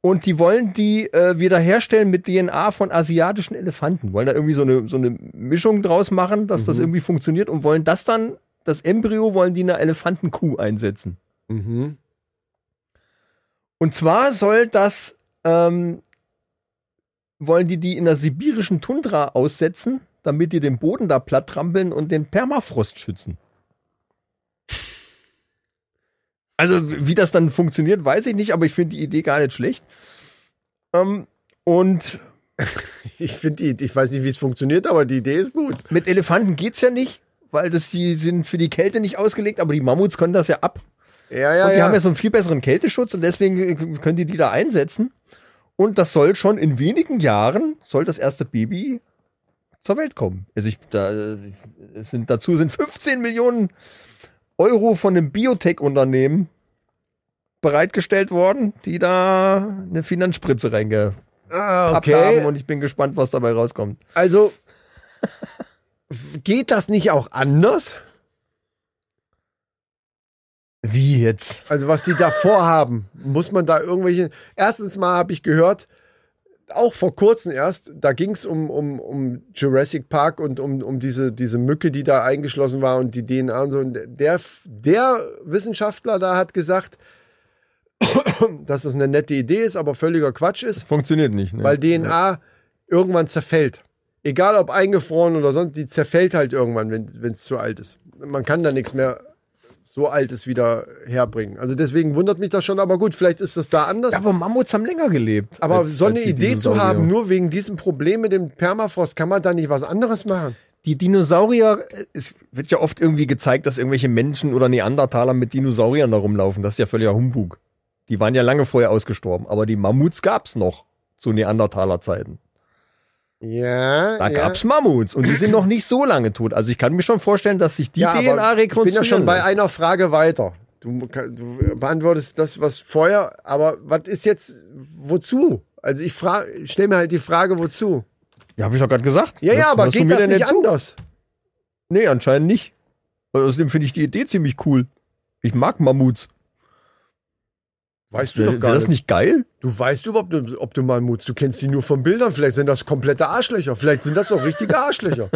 Speaker 1: Und die wollen die äh, wiederherstellen mit DNA von asiatischen Elefanten. Wollen da irgendwie so eine, so eine Mischung draus machen, dass das irgendwie funktioniert und wollen das dann, das Embryo wollen die in einer Elefantenkuh einsetzen.
Speaker 2: Mhm.
Speaker 1: Und zwar soll das, ähm, wollen die die in der sibirischen Tundra aussetzen, damit die den Boden da platt trampeln und den Permafrost schützen. Also, w- wie das dann funktioniert, weiß ich nicht, aber ich finde die Idee gar nicht schlecht. Ähm, und
Speaker 2: Ich finde die, ich weiß nicht, wie es funktioniert, aber die Idee ist gut.
Speaker 1: mit Elefanten geht's ja nicht, weil das, die sind für die Kälte nicht ausgelegt, aber die Mammuts können das ja ab.
Speaker 2: Ja, ja,
Speaker 1: und die
Speaker 2: ja.
Speaker 1: haben ja so einen viel besseren Kälteschutz und deswegen äh, können die die da einsetzen. Und das soll schon in wenigen Jahren, soll das erste Baby zur Welt kommen. Also ich, da, es sind, dazu sind 15 Millionen Euro von einem Biotech-Unternehmen bereitgestellt worden, die da eine Finanzspritze reingepackt
Speaker 2: ah,
Speaker 1: haben und ich bin gespannt, was dabei rauskommt.
Speaker 2: also w- geht das nicht auch anders?
Speaker 1: Wie jetzt?
Speaker 2: Also was die da vorhaben, muss man da irgendwelche. Erstens mal habe ich gehört, auch vor kurzem erst, da ging es um, um, um Jurassic Park und um, um diese, diese Mücke, die da eingeschlossen war und die DNA und so. Und der, der Wissenschaftler da hat gesagt, dass das eine nette Idee ist, aber völliger Quatsch ist.
Speaker 1: Funktioniert nicht. Ne?
Speaker 2: weil DNA irgendwann zerfällt. Egal ob eingefroren oder sonst, die zerfällt halt irgendwann, wenn es zu alt ist. Man kann da nichts mehr so Altes wieder herbringen. Also deswegen wundert mich das schon, aber gut, vielleicht ist das da anders.
Speaker 1: Aber Mammuts haben länger gelebt.
Speaker 2: Aber
Speaker 1: als-
Speaker 2: so eine
Speaker 1: als die
Speaker 2: Idee zu
Speaker 1: Dinosaurier.
Speaker 2: haben, nur wegen diesem Problem mit dem Permafrost, kann man da nicht was anderes machen?
Speaker 1: Die Dinosaurier, äh, es wird ja oft irgendwie gezeigt, dass irgendwelche Menschen oder Neandertaler mit Dinosauriern da rumlaufen. Das ist ja völliger Humbug. Die waren ja lange vorher ausgestorben, aber die Mammuts gab's noch zu Neandertalerzeiten.
Speaker 2: Ja.
Speaker 1: Da
Speaker 2: ja.
Speaker 1: gab's Mammuts und die sind noch nicht so lange tot. Also ich kann mir schon vorstellen, dass sich die
Speaker 2: ja, aber
Speaker 1: DNA
Speaker 2: Ich
Speaker 1: rekonstruieren
Speaker 2: bin ja schon bei
Speaker 1: lässt.
Speaker 2: einer Frage weiter. Du, kann- du beantwortest das, was vorher, aber was ist jetzt, wozu? Also ich frage, stell mir halt die Frage, wozu?
Speaker 1: Ja, habe ich doch gerade gesagt.
Speaker 2: Ja, ja,
Speaker 1: Was-
Speaker 2: aber
Speaker 1: was
Speaker 2: geht
Speaker 1: tun wir
Speaker 2: das
Speaker 1: denn
Speaker 2: nicht
Speaker 1: dazu?
Speaker 2: anders?
Speaker 1: Nee, anscheinend nicht. Und Außerdem finde ich die Idee ziemlich cool. Ich mag Mammuts.
Speaker 2: Weißt du
Speaker 1: Wäre
Speaker 2: doch
Speaker 1: wär
Speaker 2: gar
Speaker 1: das
Speaker 2: nicht.
Speaker 1: nicht geil?
Speaker 2: Du weißt überhaupt nicht, ob du Mammuts, du kennst die nur von Bildern, vielleicht sind das komplette Arschlöcher, vielleicht sind das auch richtige Arschlöcher.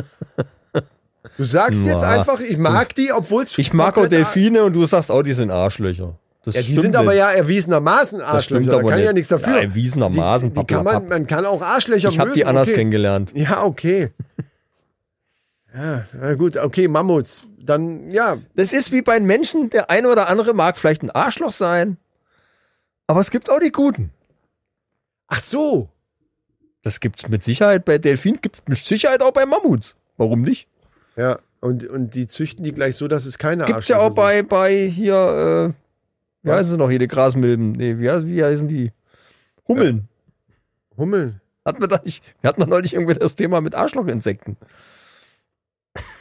Speaker 2: Du sagst jetzt
Speaker 1: Na.
Speaker 2: einfach, ich mag die, obwohl es
Speaker 1: Ich mag auch Delfine und du sagst auch, die sind Arschlöcher. Das
Speaker 2: Ja, die
Speaker 1: stimmt
Speaker 2: sind aber
Speaker 1: nicht.
Speaker 2: ja erwiesenermaßen
Speaker 1: Das
Speaker 2: Arschlöcher,
Speaker 1: stimmt
Speaker 2: da
Speaker 1: aber
Speaker 2: kann ich
Speaker 1: nicht.
Speaker 2: ja nichts dafür.
Speaker 1: Ja, erwiesenermaßen,
Speaker 2: die, die kann man,
Speaker 1: papperlapapp.
Speaker 2: man kann auch Arschlöcher
Speaker 1: Ich habe die
Speaker 2: mögen,
Speaker 1: anders
Speaker 2: okay.
Speaker 1: kennengelernt.
Speaker 2: Ja, okay. Ja, na gut, okay, Mammuts. Dann, ja,
Speaker 1: Das ist wie bei den Menschen, der eine oder andere mag vielleicht ein Arschloch sein, aber es gibt auch die Guten.
Speaker 2: ach so.
Speaker 1: Das gibt's mit Sicherheit bei Delfinen, gibt's mit Sicherheit auch bei Mammuts. Warum nicht?
Speaker 2: Ja, und, und die züchten die gleich so, dass es keine
Speaker 1: Gibt's ja auch bei, bei hier, äh, wie
Speaker 2: Was?
Speaker 1: heißen sie noch, hier die Grasmilben? Nee, wie, heißen- wie heißen die? Hummeln.
Speaker 2: bei Hummeln.
Speaker 1: Hatten wir da nicht, wir hatten doch neulich irgendwie das Thema mit Arschlochinsekten.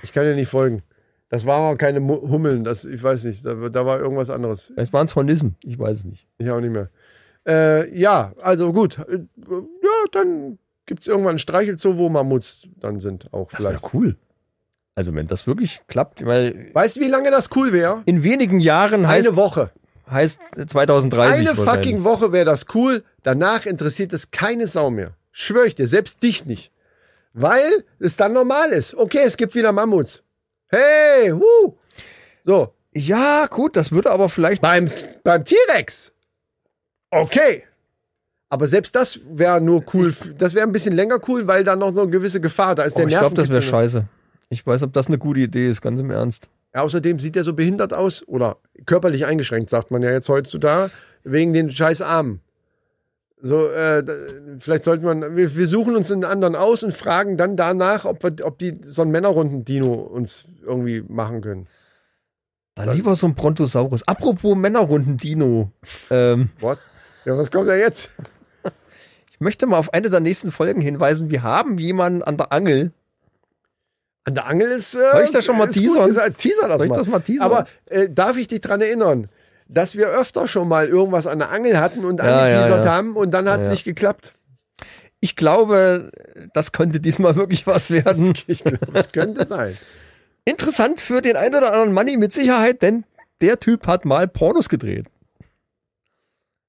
Speaker 2: Ich kann dir nicht folgen. Das waren aber keine Mu- Hummeln, das, ich weiß nicht, da, da war irgendwas anderes.
Speaker 1: Vielleicht waren's Hornissen, ich weiß es nicht.
Speaker 2: Ich auch nicht mehr. Äh, ja, also gut. Äh, Ja, dann gibt's irgendwann einen Streichelzoo, wo Mammuts dann sind, auch
Speaker 1: Das wäre
Speaker 2: vielleicht.
Speaker 1: cool. Also wenn das wirklich klappt, weil
Speaker 2: Weißt du, wie lange das cool wäre?
Speaker 1: in wenigen Jahren heißt,
Speaker 2: Eine Woche.
Speaker 1: heißt 2030
Speaker 2: Eine
Speaker 1: wahrscheinlich.
Speaker 2: fucking Woche wäre das cool. Danach interessiert es keine Sau mehr. Schwör ich dir, selbst dich nicht. Weil es dann normal ist. Okay, es gibt wieder Mammuts. Hey, huh. So,
Speaker 1: Ja, gut, das würde aber vielleicht.
Speaker 2: beim, beim T-Rex. Okay. Aber selbst das wäre nur cool. Das wäre ein bisschen länger cool, weil da noch so eine gewisse Gefahr da ist.
Speaker 1: Oh,
Speaker 2: der
Speaker 1: ich glaube, das wäre
Speaker 2: Nervenkitzel.
Speaker 1: scheiße. Ich weiß, ob das eine gute Idee ist, ganz im Ernst.
Speaker 2: Ja, außerdem sieht er so behindert aus oder körperlich eingeschränkt, sagt man ja jetzt heutzutage, wegen den scheiß Armen. So, äh, da- vielleicht sollte man, wir, wir suchen uns einen anderen aus und fragen dann danach, ob, wir, ob die so einen Männerrunden-Dino uns irgendwie machen können.
Speaker 1: Dann lieber so ein Brontosaurus. Apropos Männerrunden-Dino. Ähm,
Speaker 2: Was? Ja, was kommt da jetzt?
Speaker 1: ich möchte mal auf eine der nächsten Folgen hinweisen. Wir haben jemanden an der Angel.
Speaker 2: An der Angel ist. Äh,
Speaker 1: Soll ich das schon mal
Speaker 2: ist gut
Speaker 1: teasern?
Speaker 2: gesagt. Teaser das
Speaker 1: Soll ich
Speaker 2: mal.
Speaker 1: das mal teasern?
Speaker 2: Aber äh, darf ich dich dran erinnern, dass wir öfter schon mal irgendwas an der Angel hatten und
Speaker 1: ja,
Speaker 2: angeteasert
Speaker 1: ja.
Speaker 2: haben und dann hat es
Speaker 1: ja.
Speaker 2: nicht geklappt?
Speaker 1: Ich glaube, das könnte diesmal wirklich was werden.
Speaker 2: Ich glaube, es könnte sein.
Speaker 1: Interessant für den einen oder anderen Manni mit Sicherheit, denn der Typ hat mal Pornos gedreht.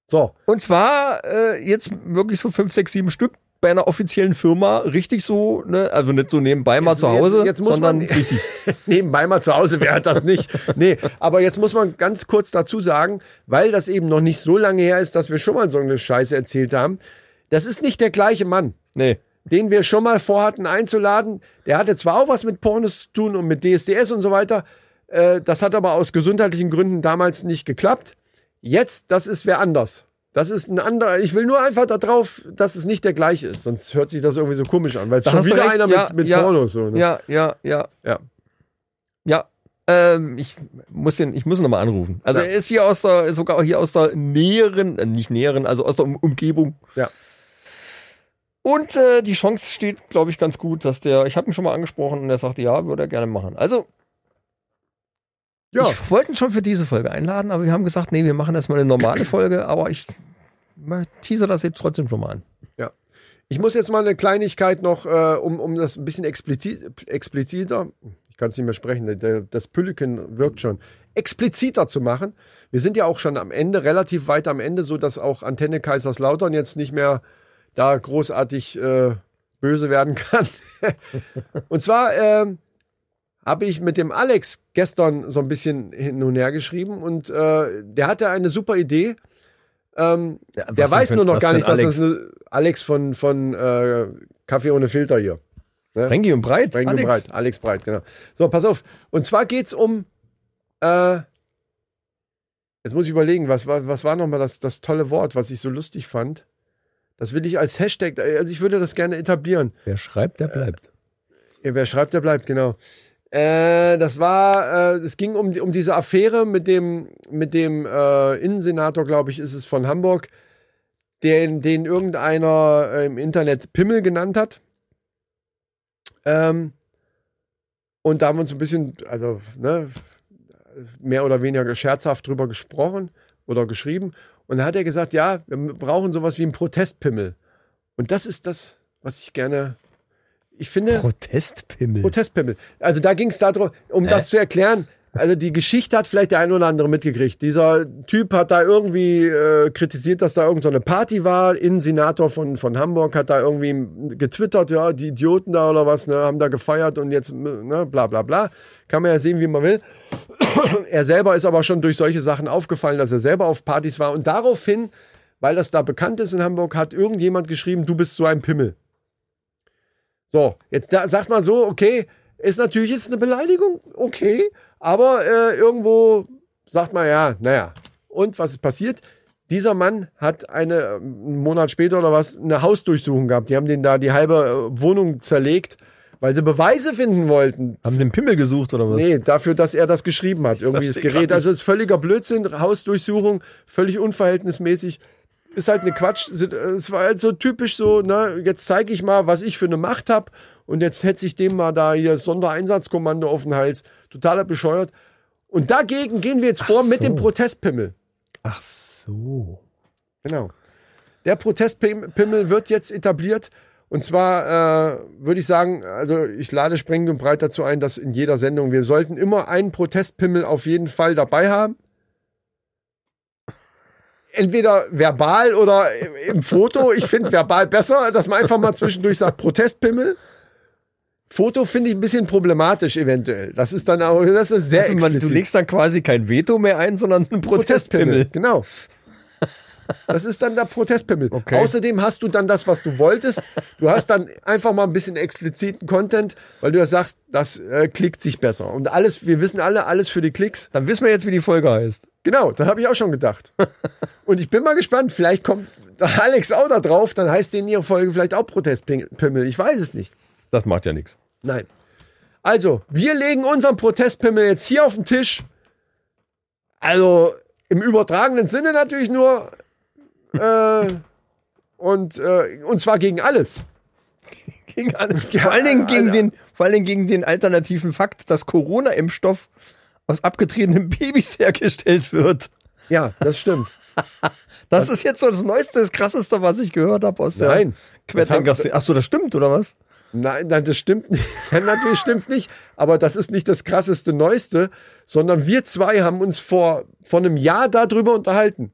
Speaker 2: So,
Speaker 1: Und zwar äh, jetzt wirklich so fünf, sechs, sieben Stück bei einer offiziellen Firma. Richtig so, ne? also nicht so nebenbei mal zu
Speaker 2: jetzt-
Speaker 1: Hause,
Speaker 2: jetzt muss
Speaker 1: sondern
Speaker 2: man-
Speaker 1: richtig.
Speaker 2: Nebenbei mal zu Hause, wer hat das nicht? Nee, aber jetzt muss man ganz kurz dazu sagen, weil das eben noch nicht so lange her ist, dass wir schon mal so eine Scheiße erzählt haben. Das ist nicht der gleiche Mann,
Speaker 1: Nee.
Speaker 2: den wir schon mal vorhatten einzuladen. Der hatte zwar auch was mit Pornos zu tun und mit DSDS und so weiter. Äh, das hat aber aus gesundheitlichen Gründen damals nicht geklappt. Jetzt, das ist wer anders. Das ist ein anderer. Ich will nur einfach darauf, dass es nicht der gleiche ist. Sonst hört sich das irgendwie so komisch an, weil es
Speaker 1: Da
Speaker 2: schon
Speaker 1: hast du
Speaker 2: wieder
Speaker 1: recht,
Speaker 2: einer
Speaker 1: ja,
Speaker 2: mit, mit
Speaker 1: ja,
Speaker 2: Pornos so. Ne?
Speaker 1: Ja, ja, ja,
Speaker 2: ja.
Speaker 1: ja. Ähm, ich muss den, ich muss ihn nochmal anrufen. Also
Speaker 2: Ja.
Speaker 1: er ist hier aus der, sogar hier aus der näheren, äh, nicht näheren, also aus der um Umgebung.
Speaker 2: Ja.
Speaker 1: Und äh, die Chance steht, glaube ich, ganz gut, dass der, ich habe ihn schon mal angesprochen und er sagte, ja, würde er gerne machen. Also,
Speaker 2: ja.
Speaker 1: ich wollte ihn schon für diese Folge einladen, aber wir haben gesagt, nee, wir machen erstmal eine normale Folge, aber ich teaser das jetzt trotzdem schon mal an.
Speaker 2: Ja. Ich muss jetzt mal eine Kleinigkeit noch, äh, um, um das ein bisschen explizit, expliziter, ich kann es nicht mehr sprechen, der- der, das Pülliken wirkt schon, expliziter zu machen. Wir sind ja auch schon am Ende, relativ weit am Ende, so dass auch Antenne Kaiserslautern jetzt nicht mehr da großartig äh, böse werden kann. und zwar ähm, habe ich mit dem Alex gestern so ein bisschen hin und her geschrieben und äh, der hatte eine super Idee. Ähm, der weiß nur noch gar nicht, dass das eine- Alex von, von äh, Kaffee ohne Filter hier.
Speaker 1: Rengi und Breit.
Speaker 2: Breit,
Speaker 1: Alex.
Speaker 2: Breit, Alex Breit, genau. So, pass auf. Und zwar geht's um äh, Jetzt muss ich überlegen, was war, was war nochmal das, das tolle Wort, was ich so lustig fand? Das will ich als Hashtag, also ich würde das gerne etablieren.
Speaker 1: Wer schreibt, der bleibt.
Speaker 2: Ja, wer schreibt, der bleibt, genau. Äh, das war, äh, es ging um, um diese Affäre mit dem, mit dem äh, Innensenator, glaube ich, ist es von Hamburg, den, den irgendeiner äh, im Internet Pimmel genannt hat. Ähm, und da haben wir uns ein bisschen, also, ne, mehr oder weniger scherzhaft drüber gesprochen oder geschrieben. Und da hat er gesagt, ja, wir brauchen sowas wie einen Protestpimmel. Und das ist das, was ich gerne, ich finde.
Speaker 1: Protestpimmel.
Speaker 2: Protestpimmel. Also da ging es darum, um das zu erklären. Also die Geschichte hat vielleicht der ein oder andere mitgekriegt. Dieser Typ hat da irgendwie äh, kritisiert, dass da irgendeine so eine Party war. Innensenator von, von Hamburg hat da irgendwie getwittert, ja, die Idioten da oder was, ne, haben da gefeiert und jetzt, ne, bla bla bla. Kann man ja sehen, wie man will. er selber ist aber schon durch solche Sachen aufgefallen, dass er selber auf Partys war. Und daraufhin, weil das da bekannt ist in Hamburg, hat irgendjemand geschrieben, du bist so ein Pimmel. So, jetzt da, sagt man so, okay, ist natürlich jetzt eine Beleidigung, okay, aber äh, irgendwo sagt man ja, naja. Und was ist passiert? Dieser Mann hat eine, einen Monat später oder was, eine Hausdurchsuchung gehabt. Die haben den da die halbe äh, Wohnung zerlegt, weil sie Beweise finden wollten.
Speaker 1: Haben den Pimmel gesucht oder was?
Speaker 2: Nee, dafür, dass er das geschrieben hat. Irgendwie das
Speaker 1: dachte grad
Speaker 2: Gerät. Also es ist völliger Blödsinn, Hausdurchsuchung, völlig unverhältnismäßig. Ist halt eine Quatsch. Es war halt so typisch so, ne, jetzt zeige ich mal, was ich für eine Macht habe. Und jetzt hetze ich dem mal da hier das Sondereinsatzkommando auf den Hals. Totaler bescheuert. Und dagegen gehen wir jetzt vor mit dem Protestpimmel.
Speaker 1: Ach so.
Speaker 2: Genau. Der Protestpimmel wird jetzt etabliert. Und zwar äh, würde ich sagen, also ich lade sprengend und breit dazu ein, dass in jeder Sendung wir sollten immer einen Protestpimmel auf jeden Fall dabei haben. Entweder verbal oder im- im Foto. Ich finde verbal besser, dass man einfach mal zwischendurch sagt Protestpimmel. Foto finde ich ein bisschen problematisch eventuell. Das ist dann auch, das ist sehr
Speaker 1: Also man, du
Speaker 2: explizit.
Speaker 1: legst dann quasi kein Veto mehr ein, sondern einen Protestpimmel.
Speaker 2: Genau. Das ist dann der Protestpimmel.
Speaker 1: Okay.
Speaker 2: Außerdem hast du dann das, was du wolltest. Du hast dann einfach mal ein bisschen expliziten Content, weil du ja sagst, das äh, klickt sich besser. Und alles, wir wissen alle, alles für die Klicks.
Speaker 1: Dann wissen wir jetzt, wie die Folge heißt.
Speaker 2: Genau, das habe ich auch schon gedacht. Und ich bin mal gespannt, vielleicht kommt Alex auch da drauf, dann heißt denen ihre Folge vielleicht auch Protestpimmel. Ich weiß es nicht.
Speaker 1: Das macht ja nichts.
Speaker 2: Nein. Also, wir legen unseren Protestpimmel jetzt hier auf den Tisch. Also, im übertragenen Sinne natürlich nur. Äh, und, äh, und zwar gegen alles.
Speaker 1: Gegen alle, vor, allen Dingen gegen den, vor allen Dingen gegen den alternativen Fakt, dass Corona-Impfstoff aus abgetriebenen Babys hergestellt wird.
Speaker 2: Ja, das stimmt.
Speaker 1: Das ist jetzt so das Neueste, das Krasseste, was ich gehört habe aus der
Speaker 2: Nein.
Speaker 1: Querdenker-Szene. Ach so, das stimmt, oder was?
Speaker 2: Nein, nein, das stimmt nicht. Nein, natürlich stimmt's nicht. Aber das ist nicht das krasseste Neueste, sondern wir zwei haben uns vor, vor einem Jahr darüber unterhalten.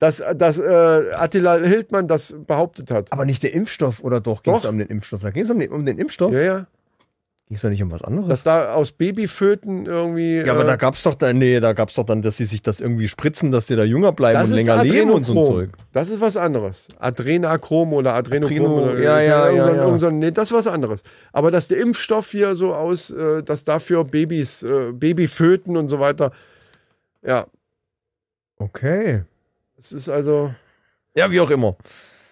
Speaker 2: Dass, dass äh, Attila Hildmann das behauptet hat.
Speaker 1: Aber nicht der Impfstoff, oder doch? Ging es
Speaker 2: Doch.
Speaker 1: um den Impfstoff? Da ging es um den, um den Impfstoff?
Speaker 2: Ja, ja.
Speaker 1: Ging es da nicht um was anderes?
Speaker 2: Dass da aus Babyföten irgendwie.
Speaker 1: ja, aber
Speaker 2: äh,
Speaker 1: da gab's doch dann, nee, da gab's doch dann, dass sie sich das irgendwie spritzen, dass die da jünger bleiben und länger leben und so ein Zeug.
Speaker 2: Das ist was anderes. Adrenachrom oder Adrenochrom
Speaker 1: Adreno-
Speaker 2: oder
Speaker 1: ja, ja,
Speaker 2: irgend so ein-
Speaker 1: ja, ja.
Speaker 2: irgend so ein- nee, das ist was anderes. Aber dass der Impfstoff hier so aus, äh, dass dafür Babys, äh, Babyföten und so weiter. Ja,
Speaker 1: Okay.
Speaker 2: es ist also.
Speaker 1: Ja, wie auch immer.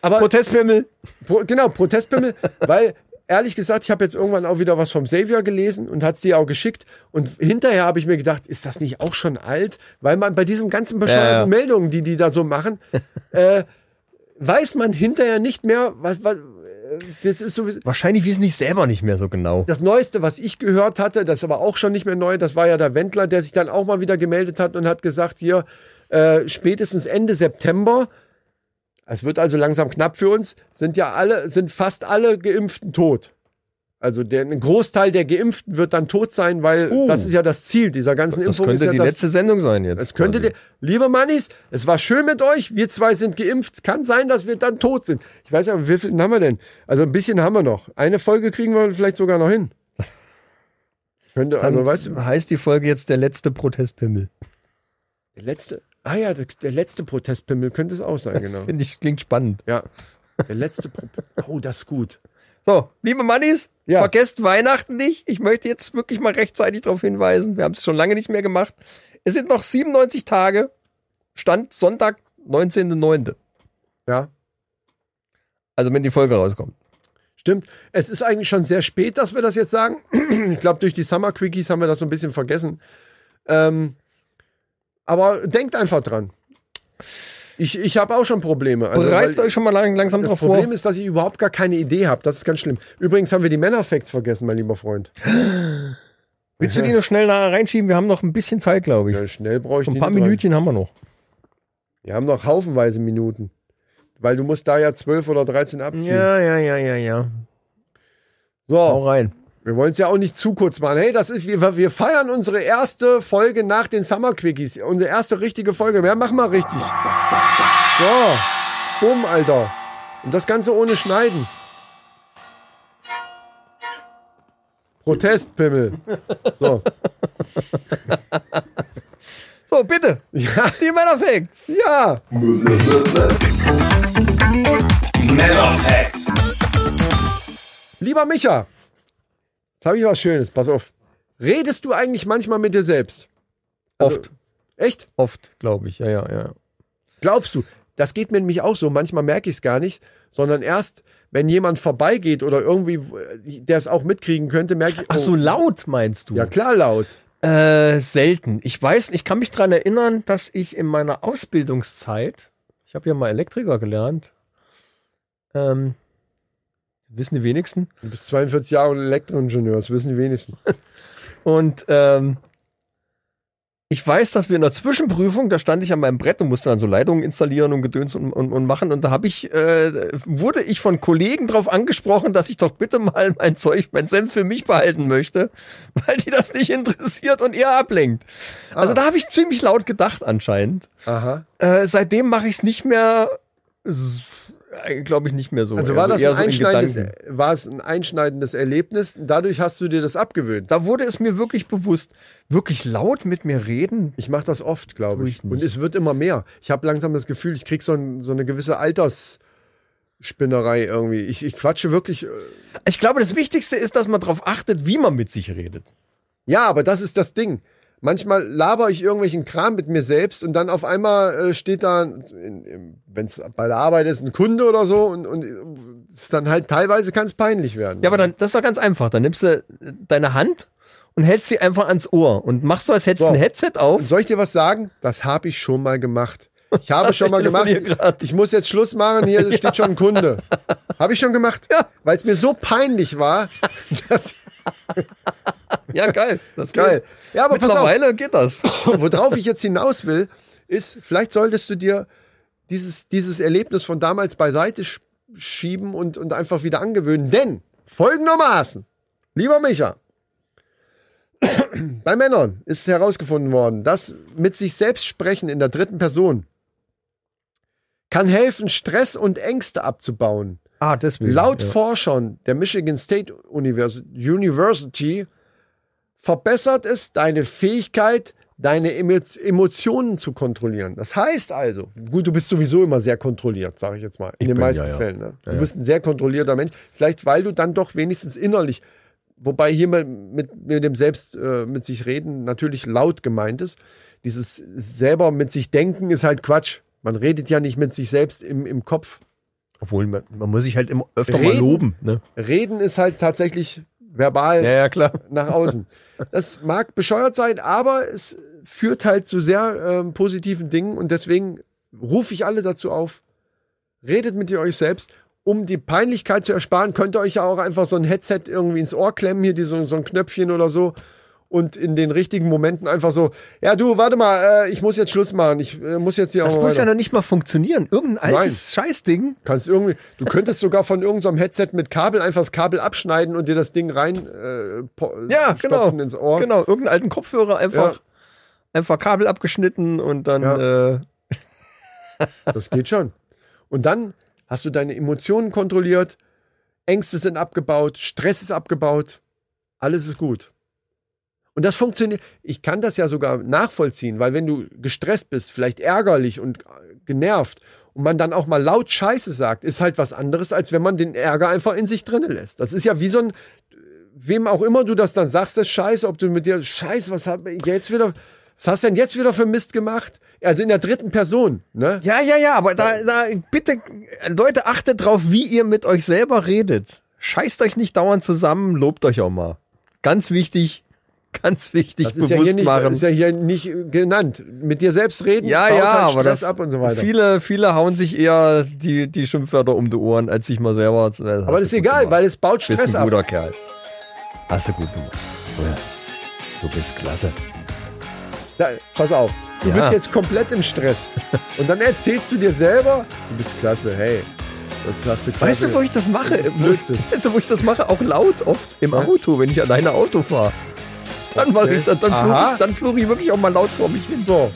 Speaker 2: Aber
Speaker 1: Protestpimmel.
Speaker 2: Pro, genau, Protestpimmel, weil ehrlich gesagt, ich habe jetzt irgendwann auch wieder was vom Xavier gelesen und hat's dir auch geschickt. Und hinterher habe ich mir gedacht, ist das nicht auch schon alt? Weil man bei diesen ganzen bescheuerten
Speaker 1: Ja, ja.
Speaker 2: Meldungen, die die da so machen, äh, weiß man hinterher nicht mehr, was, was, äh, das ist sowieso.
Speaker 1: Wahrscheinlich wissen die es selber nicht mehr so genau.
Speaker 2: Das Neueste, was ich gehört hatte, das ist aber auch schon nicht mehr neu, das war ja der Wendler, der sich dann auch mal wieder gemeldet hat und hat gesagt, hier, äh, spätestens Ende September, es wird also langsam knapp für uns, sind ja alle, sind fast alle Geimpften tot. Also der, ein Großteil der Geimpften wird dann tot sein, weil das ist ja das Ziel dieser ganzen
Speaker 1: Uh. Das
Speaker 2: Impfung.
Speaker 1: könnte
Speaker 2: ist ja
Speaker 1: die
Speaker 2: das,
Speaker 1: letzte Sendung sein jetzt.
Speaker 2: es könnte,
Speaker 1: quasi.
Speaker 2: dir- liebe Mannis, es war schön mit euch. Wir zwei sind geimpft. Es kann sein, dass wir dann tot sind. Ich weiß ja, wie viel haben wir denn? Also ein bisschen haben wir noch. Eine Folge kriegen wir vielleicht sogar noch hin. Könnte, also weißt du,
Speaker 1: heißt die Folge jetzt der letzte Protestpimmel.
Speaker 2: der letzte, ah ja, der, der letzte Protestpimmel könnte es auch sein,
Speaker 1: Das
Speaker 2: genau.
Speaker 1: finde ich, klingt spannend.
Speaker 2: Ja. Der letzte, Pro oh, das ist gut.
Speaker 1: So, liebe Mannis,
Speaker 2: Ja.
Speaker 1: vergesst Weihnachten nicht. Ich möchte jetzt wirklich mal rechtzeitig darauf hinweisen. Wir haben es schon lange nicht mehr gemacht. Es sind noch 97 Tage Stand Sonntag, 19.09.
Speaker 2: Ja,
Speaker 1: Also wenn die Folge rauskommt.
Speaker 2: stimmt. Es ist eigentlich schon sehr spät, dass wir das jetzt sagen. Ich glaube, durch die Summer Quickies haben wir das so ein bisschen vergessen. Ähm, aber denkt einfach dran. Ich, ich habe auch schon Probleme. Also,
Speaker 1: Bereitet
Speaker 2: weil
Speaker 1: euch schon mal lang, langsam
Speaker 2: das
Speaker 1: drauf
Speaker 2: Problem
Speaker 1: vor.
Speaker 2: ist, dass ich überhaupt gar keine Idee habe. Das ist ganz schlimm. Übrigens haben wir die Männerfacts vergessen, mein lieber Freund.
Speaker 1: Willst du die noch schnell da reinschieben? Wir haben noch ein bisschen Zeit, glaube ich.
Speaker 2: Ja, schnell brauche ich
Speaker 1: ein
Speaker 2: die
Speaker 1: paar
Speaker 2: nicht rein.
Speaker 1: Minütchen haben wir noch.
Speaker 2: Wir haben noch haufenweise Minuten. Weil du musst da ja 12 oder 13 abziehen.
Speaker 1: ja, ja, ja, ja. Hau
Speaker 2: So,
Speaker 1: rein.
Speaker 2: wir wollen es ja auch nicht zu kurz machen. Hey, das ist, wir, wir feiern unsere erste Folge nach den Summer Quickies. Unsere erste richtige Folge. Ja, mach mal richtig. So, bumm, Alter. Und das Ganze ohne Schneiden. Protestpimmel. So.
Speaker 1: So, bitte.
Speaker 2: Ja,
Speaker 1: Die Männerfacts.
Speaker 2: ja.
Speaker 6: Männer Facts.
Speaker 2: Lieber Micha, jetzt habe ich was Schönes, pass auf. Redest du eigentlich manchmal mit dir selbst?
Speaker 1: Oft.
Speaker 2: Echt?
Speaker 1: Oft, glaube ich. Ja, ja, ja.
Speaker 2: Glaubst du? Das geht mir nämlich auch so. Manchmal merke ich es gar nicht, sondern erst, wenn jemand vorbeigeht oder irgendwie, äh, der es auch mitkriegen könnte, merke ich. oh,
Speaker 1: Ach, so laut meinst du?
Speaker 2: Ja, klar, laut.
Speaker 1: Äh, selten. Ich weiß, ich kann mich dran erinnern, dass ich in meiner Ausbildungszeit, ich habe ja mal Elektriker gelernt, ähm, wissen die wenigsten,
Speaker 2: Du bist 42 Jahre und Elektroingenieur, das wissen die wenigsten.
Speaker 1: Und ähm, ich weiß, dass wir in der Zwischenprüfung, da stand ich an meinem Brett und musste dann so Leitungen installieren und Gedöns und, und, und machen. Und da habe ich, äh, wurde ich von Kollegen drauf angesprochen, dass ich doch bitte mal mein Zeug, mein Senf für mich behalten möchte, weil die das nicht interessiert und eher ablenkt.
Speaker 2: Ah.
Speaker 1: Also da habe ich ziemlich laut gedacht anscheinend.
Speaker 2: Aha.
Speaker 1: Äh, seitdem mache ich es nicht mehr, äh, glaube ich, nicht mehr so.
Speaker 2: Also war das
Speaker 1: eher
Speaker 2: ein
Speaker 1: so in
Speaker 2: einschneidendes, äh,
Speaker 1: Gedanken.
Speaker 2: war es ein einschneidendes Erlebnis? Dadurch hast du dir das abgewöhnt.
Speaker 1: Da wurde es mir wirklich bewusst, wirklich laut mit mir reden,
Speaker 2: Ich mache das oft, glaube
Speaker 1: Tu
Speaker 2: ich.
Speaker 1: ich nicht.
Speaker 2: und es wird immer mehr. Ich habe langsam das Gefühl, ich krieg so, ein, so eine gewisse Altersspinnerei irgendwie. Ich, ich quatsche wirklich. äh,
Speaker 1: Ich glaube, das Wichtigste ist, dass man darauf achtet, wie man mit sich redet.
Speaker 2: Ja, aber das ist das Ding. Manchmal laber ich irgendwelchen Kram mit mir selbst und dann auf einmal äh, steht da, wenn es bei der Arbeit ist, ein Kunde oder so und, und äh, ist dann halt teilweise kann es peinlich werden.
Speaker 1: Ja, aber dann, das ist doch ganz einfach. Dann nimmst du äh, deine Hand und hältst sie einfach ans Ohr und machst so, als hättest du
Speaker 2: So.
Speaker 1: ein Headset auf.
Speaker 2: Soll ich dir was sagen? Das habe ich schon mal gemacht. Ich habe
Speaker 1: Das
Speaker 2: schon mal
Speaker 1: ich
Speaker 2: gemacht.
Speaker 1: telefoniere grad.
Speaker 2: Ich muss jetzt Schluss machen. Hier steht schon ein Kunde. Habe ich schon gemacht,
Speaker 1: Ja.
Speaker 2: weil es mir so peinlich war. Dass,
Speaker 1: Ja, geil. Das ist
Speaker 2: geil. Ja, aber pass auf.
Speaker 1: Mittlerweile geht das.
Speaker 2: Worauf ich jetzt hinaus will, ist, vielleicht solltest du dir dieses, dieses Erlebnis von damals beiseite sch schieben und, und einfach wieder angewöhnen. Denn folgendermaßen, lieber Micha, bei Männern ist herausgefunden worden, dass mit sich selbst sprechen in der dritten Person kann helfen, Stress und Ängste abzubauen.
Speaker 1: Ah, deswegen.
Speaker 2: Laut
Speaker 1: ja.
Speaker 2: Forschern der Michigan State Univers- University verbessert es deine Fähigkeit, deine Emo Emotionen zu kontrollieren. Das heißt also, gut, du bist sowieso immer sehr kontrolliert, sage ich jetzt mal, in den
Speaker 1: bin,
Speaker 2: meisten
Speaker 1: ja, ja.
Speaker 2: Fällen. Ne? Du bist ein sehr kontrollierter Mensch, vielleicht weil du dann doch wenigstens innerlich, wobei hier mal mit, mit dem Selbst äh, mit sich reden natürlich laut gemeint ist. Dieses selber mit sich denken ist halt Quatsch. Man redet ja nicht mit sich selbst im, im Kopf.
Speaker 1: Obwohl, man, man muss sich halt immer öfter mal
Speaker 2: Reden?
Speaker 1: loben. Ne?
Speaker 2: Reden ist halt tatsächlich verbal
Speaker 1: Ja, ja, klar.
Speaker 2: nach außen. Das mag bescheuert sein, aber es führt halt zu sehr ähm, positiven Dingen und deswegen rufe ich alle dazu auf, redet mit ihr euch selbst. Um die Peinlichkeit zu ersparen, könnt ihr euch ja auch einfach so ein Headset irgendwie ins Ohr klemmen, hier die, so, so ein Knöpfchen oder so. Und in den richtigen Momenten einfach so, ja du, warte mal, äh, ich muss jetzt Schluss machen, ich äh, muss jetzt hier
Speaker 1: Das
Speaker 2: auch
Speaker 1: muss ja
Speaker 2: weiter.
Speaker 1: noch nicht mal funktionieren. Irgendein altes Scheißding.
Speaker 2: Kannst irgendwie, du könntest sogar von irgendeinem Headset mit Kabel einfach das Kabel abschneiden und dir das Ding rein äh, po-
Speaker 1: Ja, genau.
Speaker 2: stopfen ins Ohr.
Speaker 1: Genau, irgendeinen alten Kopfhörer einfach,
Speaker 2: Ja.
Speaker 1: einfach Kabel abgeschnitten und dann äh,
Speaker 2: Das geht schon. Und dann hast du deine Emotionen kontrolliert, Ängste sind abgebaut, Stress ist abgebaut, alles ist gut. Und das funktioniert. Ich kann das ja sogar nachvollziehen, weil wenn du gestresst bist, vielleicht ärgerlich und genervt und man dann auch mal laut Scheiße sagt, ist halt was anderes, als wenn man den Ärger einfach in sich drinnen lässt. Das ist ja wie so ein, wem auch immer du das dann sagst, das Scheiße, ob du mit dir, Scheiße, was hab ich jetzt wieder, was hast du denn jetzt wieder für Mist gemacht? Also in der dritten Person, ne?
Speaker 1: Ja, ja, ja, aber
Speaker 2: Also
Speaker 1: da, da, bitte, Leute, achtet drauf, wie ihr mit euch selber redet. Scheißt euch nicht dauernd zusammen, lobt euch auch mal. Ganz wichtig, ganz wichtig,
Speaker 2: Das ist ja, hier nicht, das ist ja hier nicht äh, genannt. Mit dir selbst reden,
Speaker 1: ja,
Speaker 2: baut
Speaker 1: ja,
Speaker 2: halt
Speaker 1: aber
Speaker 2: Stress
Speaker 1: das,
Speaker 2: ab und so weiter.
Speaker 1: viele, viele hauen sich eher die, die Schimpfwörter um die Ohren, als sich mal selber.
Speaker 2: aber das ist egal, weil es baut
Speaker 1: Du bist
Speaker 2: Stress
Speaker 1: ein
Speaker 2: ab.
Speaker 1: guter Kerl. Hast du gut gemacht. Ja. Du bist klasse.
Speaker 2: Da, pass auf, du
Speaker 1: Ja.
Speaker 2: bist jetzt komplett im Stress. Und dann erzählst du dir selber, du bist klasse, hey. Das hast du klasse.
Speaker 1: Weißt du, wo ich das mache?
Speaker 2: Das ist Also, Blödsinn.
Speaker 1: Weißt du, wo ich das mache? Auch laut oft im Auto, wenn ich alleine Auto fahre. Dann, mache ich, dann, dann, fluche
Speaker 2: Aha.
Speaker 1: ich, dann fluche ich wirklich auch mal laut vor mich hin.
Speaker 2: So.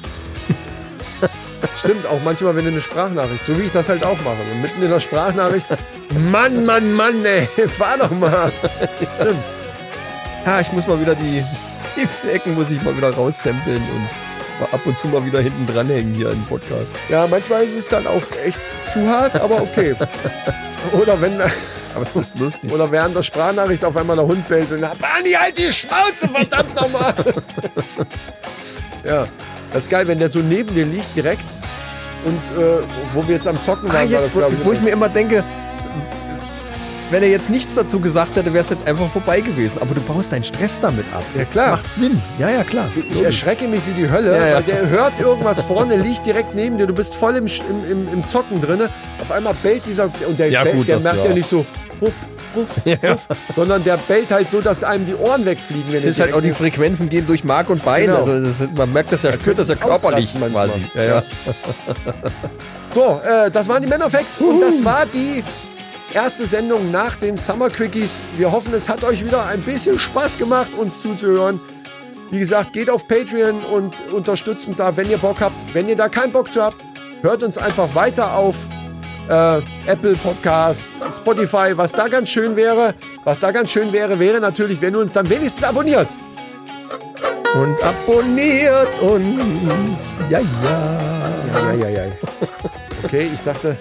Speaker 2: Stimmt, auch manchmal, wenn du eine Sprachnachricht, so wie ich das halt auch mache. Und mitten in der Sprachnachricht, Mann, Mann, Mann, ey, fahr doch mal.
Speaker 1: Ja, ich muss mal wieder die, die Flecken muss ich mal wieder raussampeln und mal ab und zu mal wieder hinten dranhängen hier im Podcast.
Speaker 2: Ja, manchmal ist es dann auch echt zu hart, aber okay. Oder wenn,
Speaker 1: Aber das ist lustig.
Speaker 2: oder während der Sprachnachricht auf einmal der Hund bellt und dann, Barney, halt die Schnauze, verdammt nochmal. ja, das ist geil, wenn der so neben dir liegt direkt und äh, wo wir jetzt am Zocken waren,
Speaker 1: Ah,
Speaker 2: war das,
Speaker 1: jetzt, wo,
Speaker 2: glaube ich,
Speaker 1: wo ich mir immer denke, wenn er jetzt nichts dazu gesagt hätte, wäre es jetzt einfach vorbei gewesen. Aber du baust deinen Stress damit ab. Ja,
Speaker 2: klar.
Speaker 1: Das macht Sinn. Ja, ja, klar.
Speaker 2: Ich erschrecke mich wie die Hölle,
Speaker 1: Ja, ja.
Speaker 2: weil der hört irgendwas vorne, liegt direkt neben dir, du bist voll im, Sch- im, im, im Zocken drinne. Auf einmal bellt dieser, und der,
Speaker 1: Ja,
Speaker 2: bellt,
Speaker 1: gut,
Speaker 2: der
Speaker 1: das-
Speaker 2: macht ja.
Speaker 1: ja.
Speaker 2: nicht so, ruff, ruff, ruff, sondern der bellt halt so, dass einem die Ohren wegfliegen, wenn
Speaker 1: Es ist halt auch die Frequenzen gehen durch Mark und Bein.
Speaker 2: Genau.
Speaker 1: Also das, ist- man merkt das ja, spürt das ja
Speaker 2: könnte
Speaker 1: körperlich
Speaker 2: auslassen manchmal.
Speaker 1: quasi. Ja, ja.
Speaker 2: So, äh, das waren die Men of Facts und das war die erste Sendung nach den Summer Quickies. Wir hoffen, es hat euch wieder ein bisschen Spaß gemacht, uns zuzuhören. Wie gesagt, geht auf Patreon und unterstützt uns da, wenn ihr Bock habt. Wenn ihr da keinen Bock zu habt, hört uns einfach weiter auf äh, Apple Podcast, Spotify. Was da ganz schön wäre, was da ganz schön wäre, wäre natürlich, wenn ihr uns dann wenigstens abonniert.
Speaker 1: Und abonniert uns. Ja, ja.
Speaker 2: Ja, ja, ja. ja. Okay, ich dachte.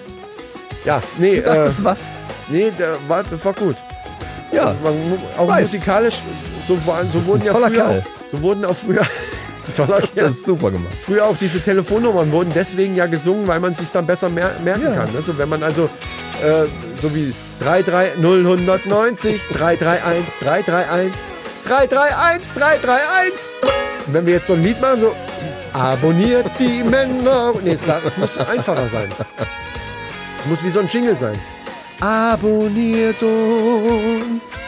Speaker 2: Ja, nee,
Speaker 1: Das
Speaker 2: äh,
Speaker 1: ist was.
Speaker 2: nee, da, warte, war gut.
Speaker 1: Ja.
Speaker 2: Man, mu- auch
Speaker 1: Weiß.
Speaker 2: musikalisch, so, waren, so wurden ja
Speaker 1: toller
Speaker 2: früher
Speaker 1: Kerl.
Speaker 2: auch, so wurden auch früher, toller Kerl.
Speaker 1: Das ist super gemacht.
Speaker 2: früher auch diese Telefonnummern wurden deswegen ja gesungen, weil man sich dann besser mer merken kann. Ne? So, wenn man also äh, so wie 33090, 331, 331, 331, 331. Und wenn wir jetzt so ein Lied machen, so abonniert die Männer. Nee, es sag- es muss einfacher sein. Es muss wie so ein Jingle sein. Abonniert uns.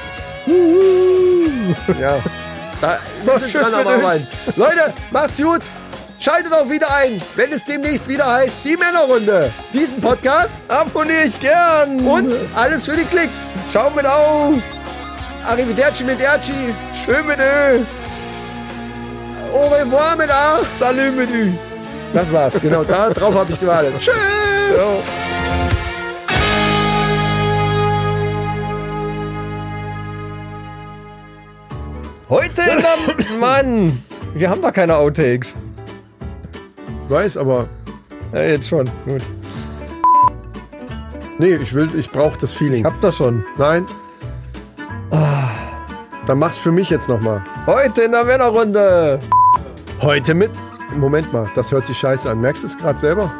Speaker 2: Huhu. Ja. Da wir sind
Speaker 1: tschüss
Speaker 2: dran am
Speaker 1: mit uns.
Speaker 2: Arbeiten. Leute, macht's gut. Schaltet auch wieder ein, wenn es demnächst wieder heißt, die Männerrunde. Diesen Podcast
Speaker 1: Abonniere ich gern.
Speaker 2: und alles für die Klicks.
Speaker 1: schau mit auf.
Speaker 2: Arrivederci mit Erci.
Speaker 1: Schön mit Ö.
Speaker 2: Au revoir mit A.
Speaker 1: Salut mit Ü.
Speaker 2: Das war's, genau. Da drauf habe ich gewartet. Tschüss.
Speaker 1: Heute in der Mann. Wir haben doch keine Outtakes.
Speaker 2: Weiß, aber.
Speaker 1: Ja, jetzt schon. Gut.
Speaker 2: Nee, ich will, ich brauche das Feeling.
Speaker 1: Habt ihr schon.
Speaker 2: Nein. Dann mach's für mich jetzt nochmal.
Speaker 1: Heute in der Männerrunde.
Speaker 2: Heute mit. Moment mal, das hört sich scheiße an. Merkst du es gerade selber?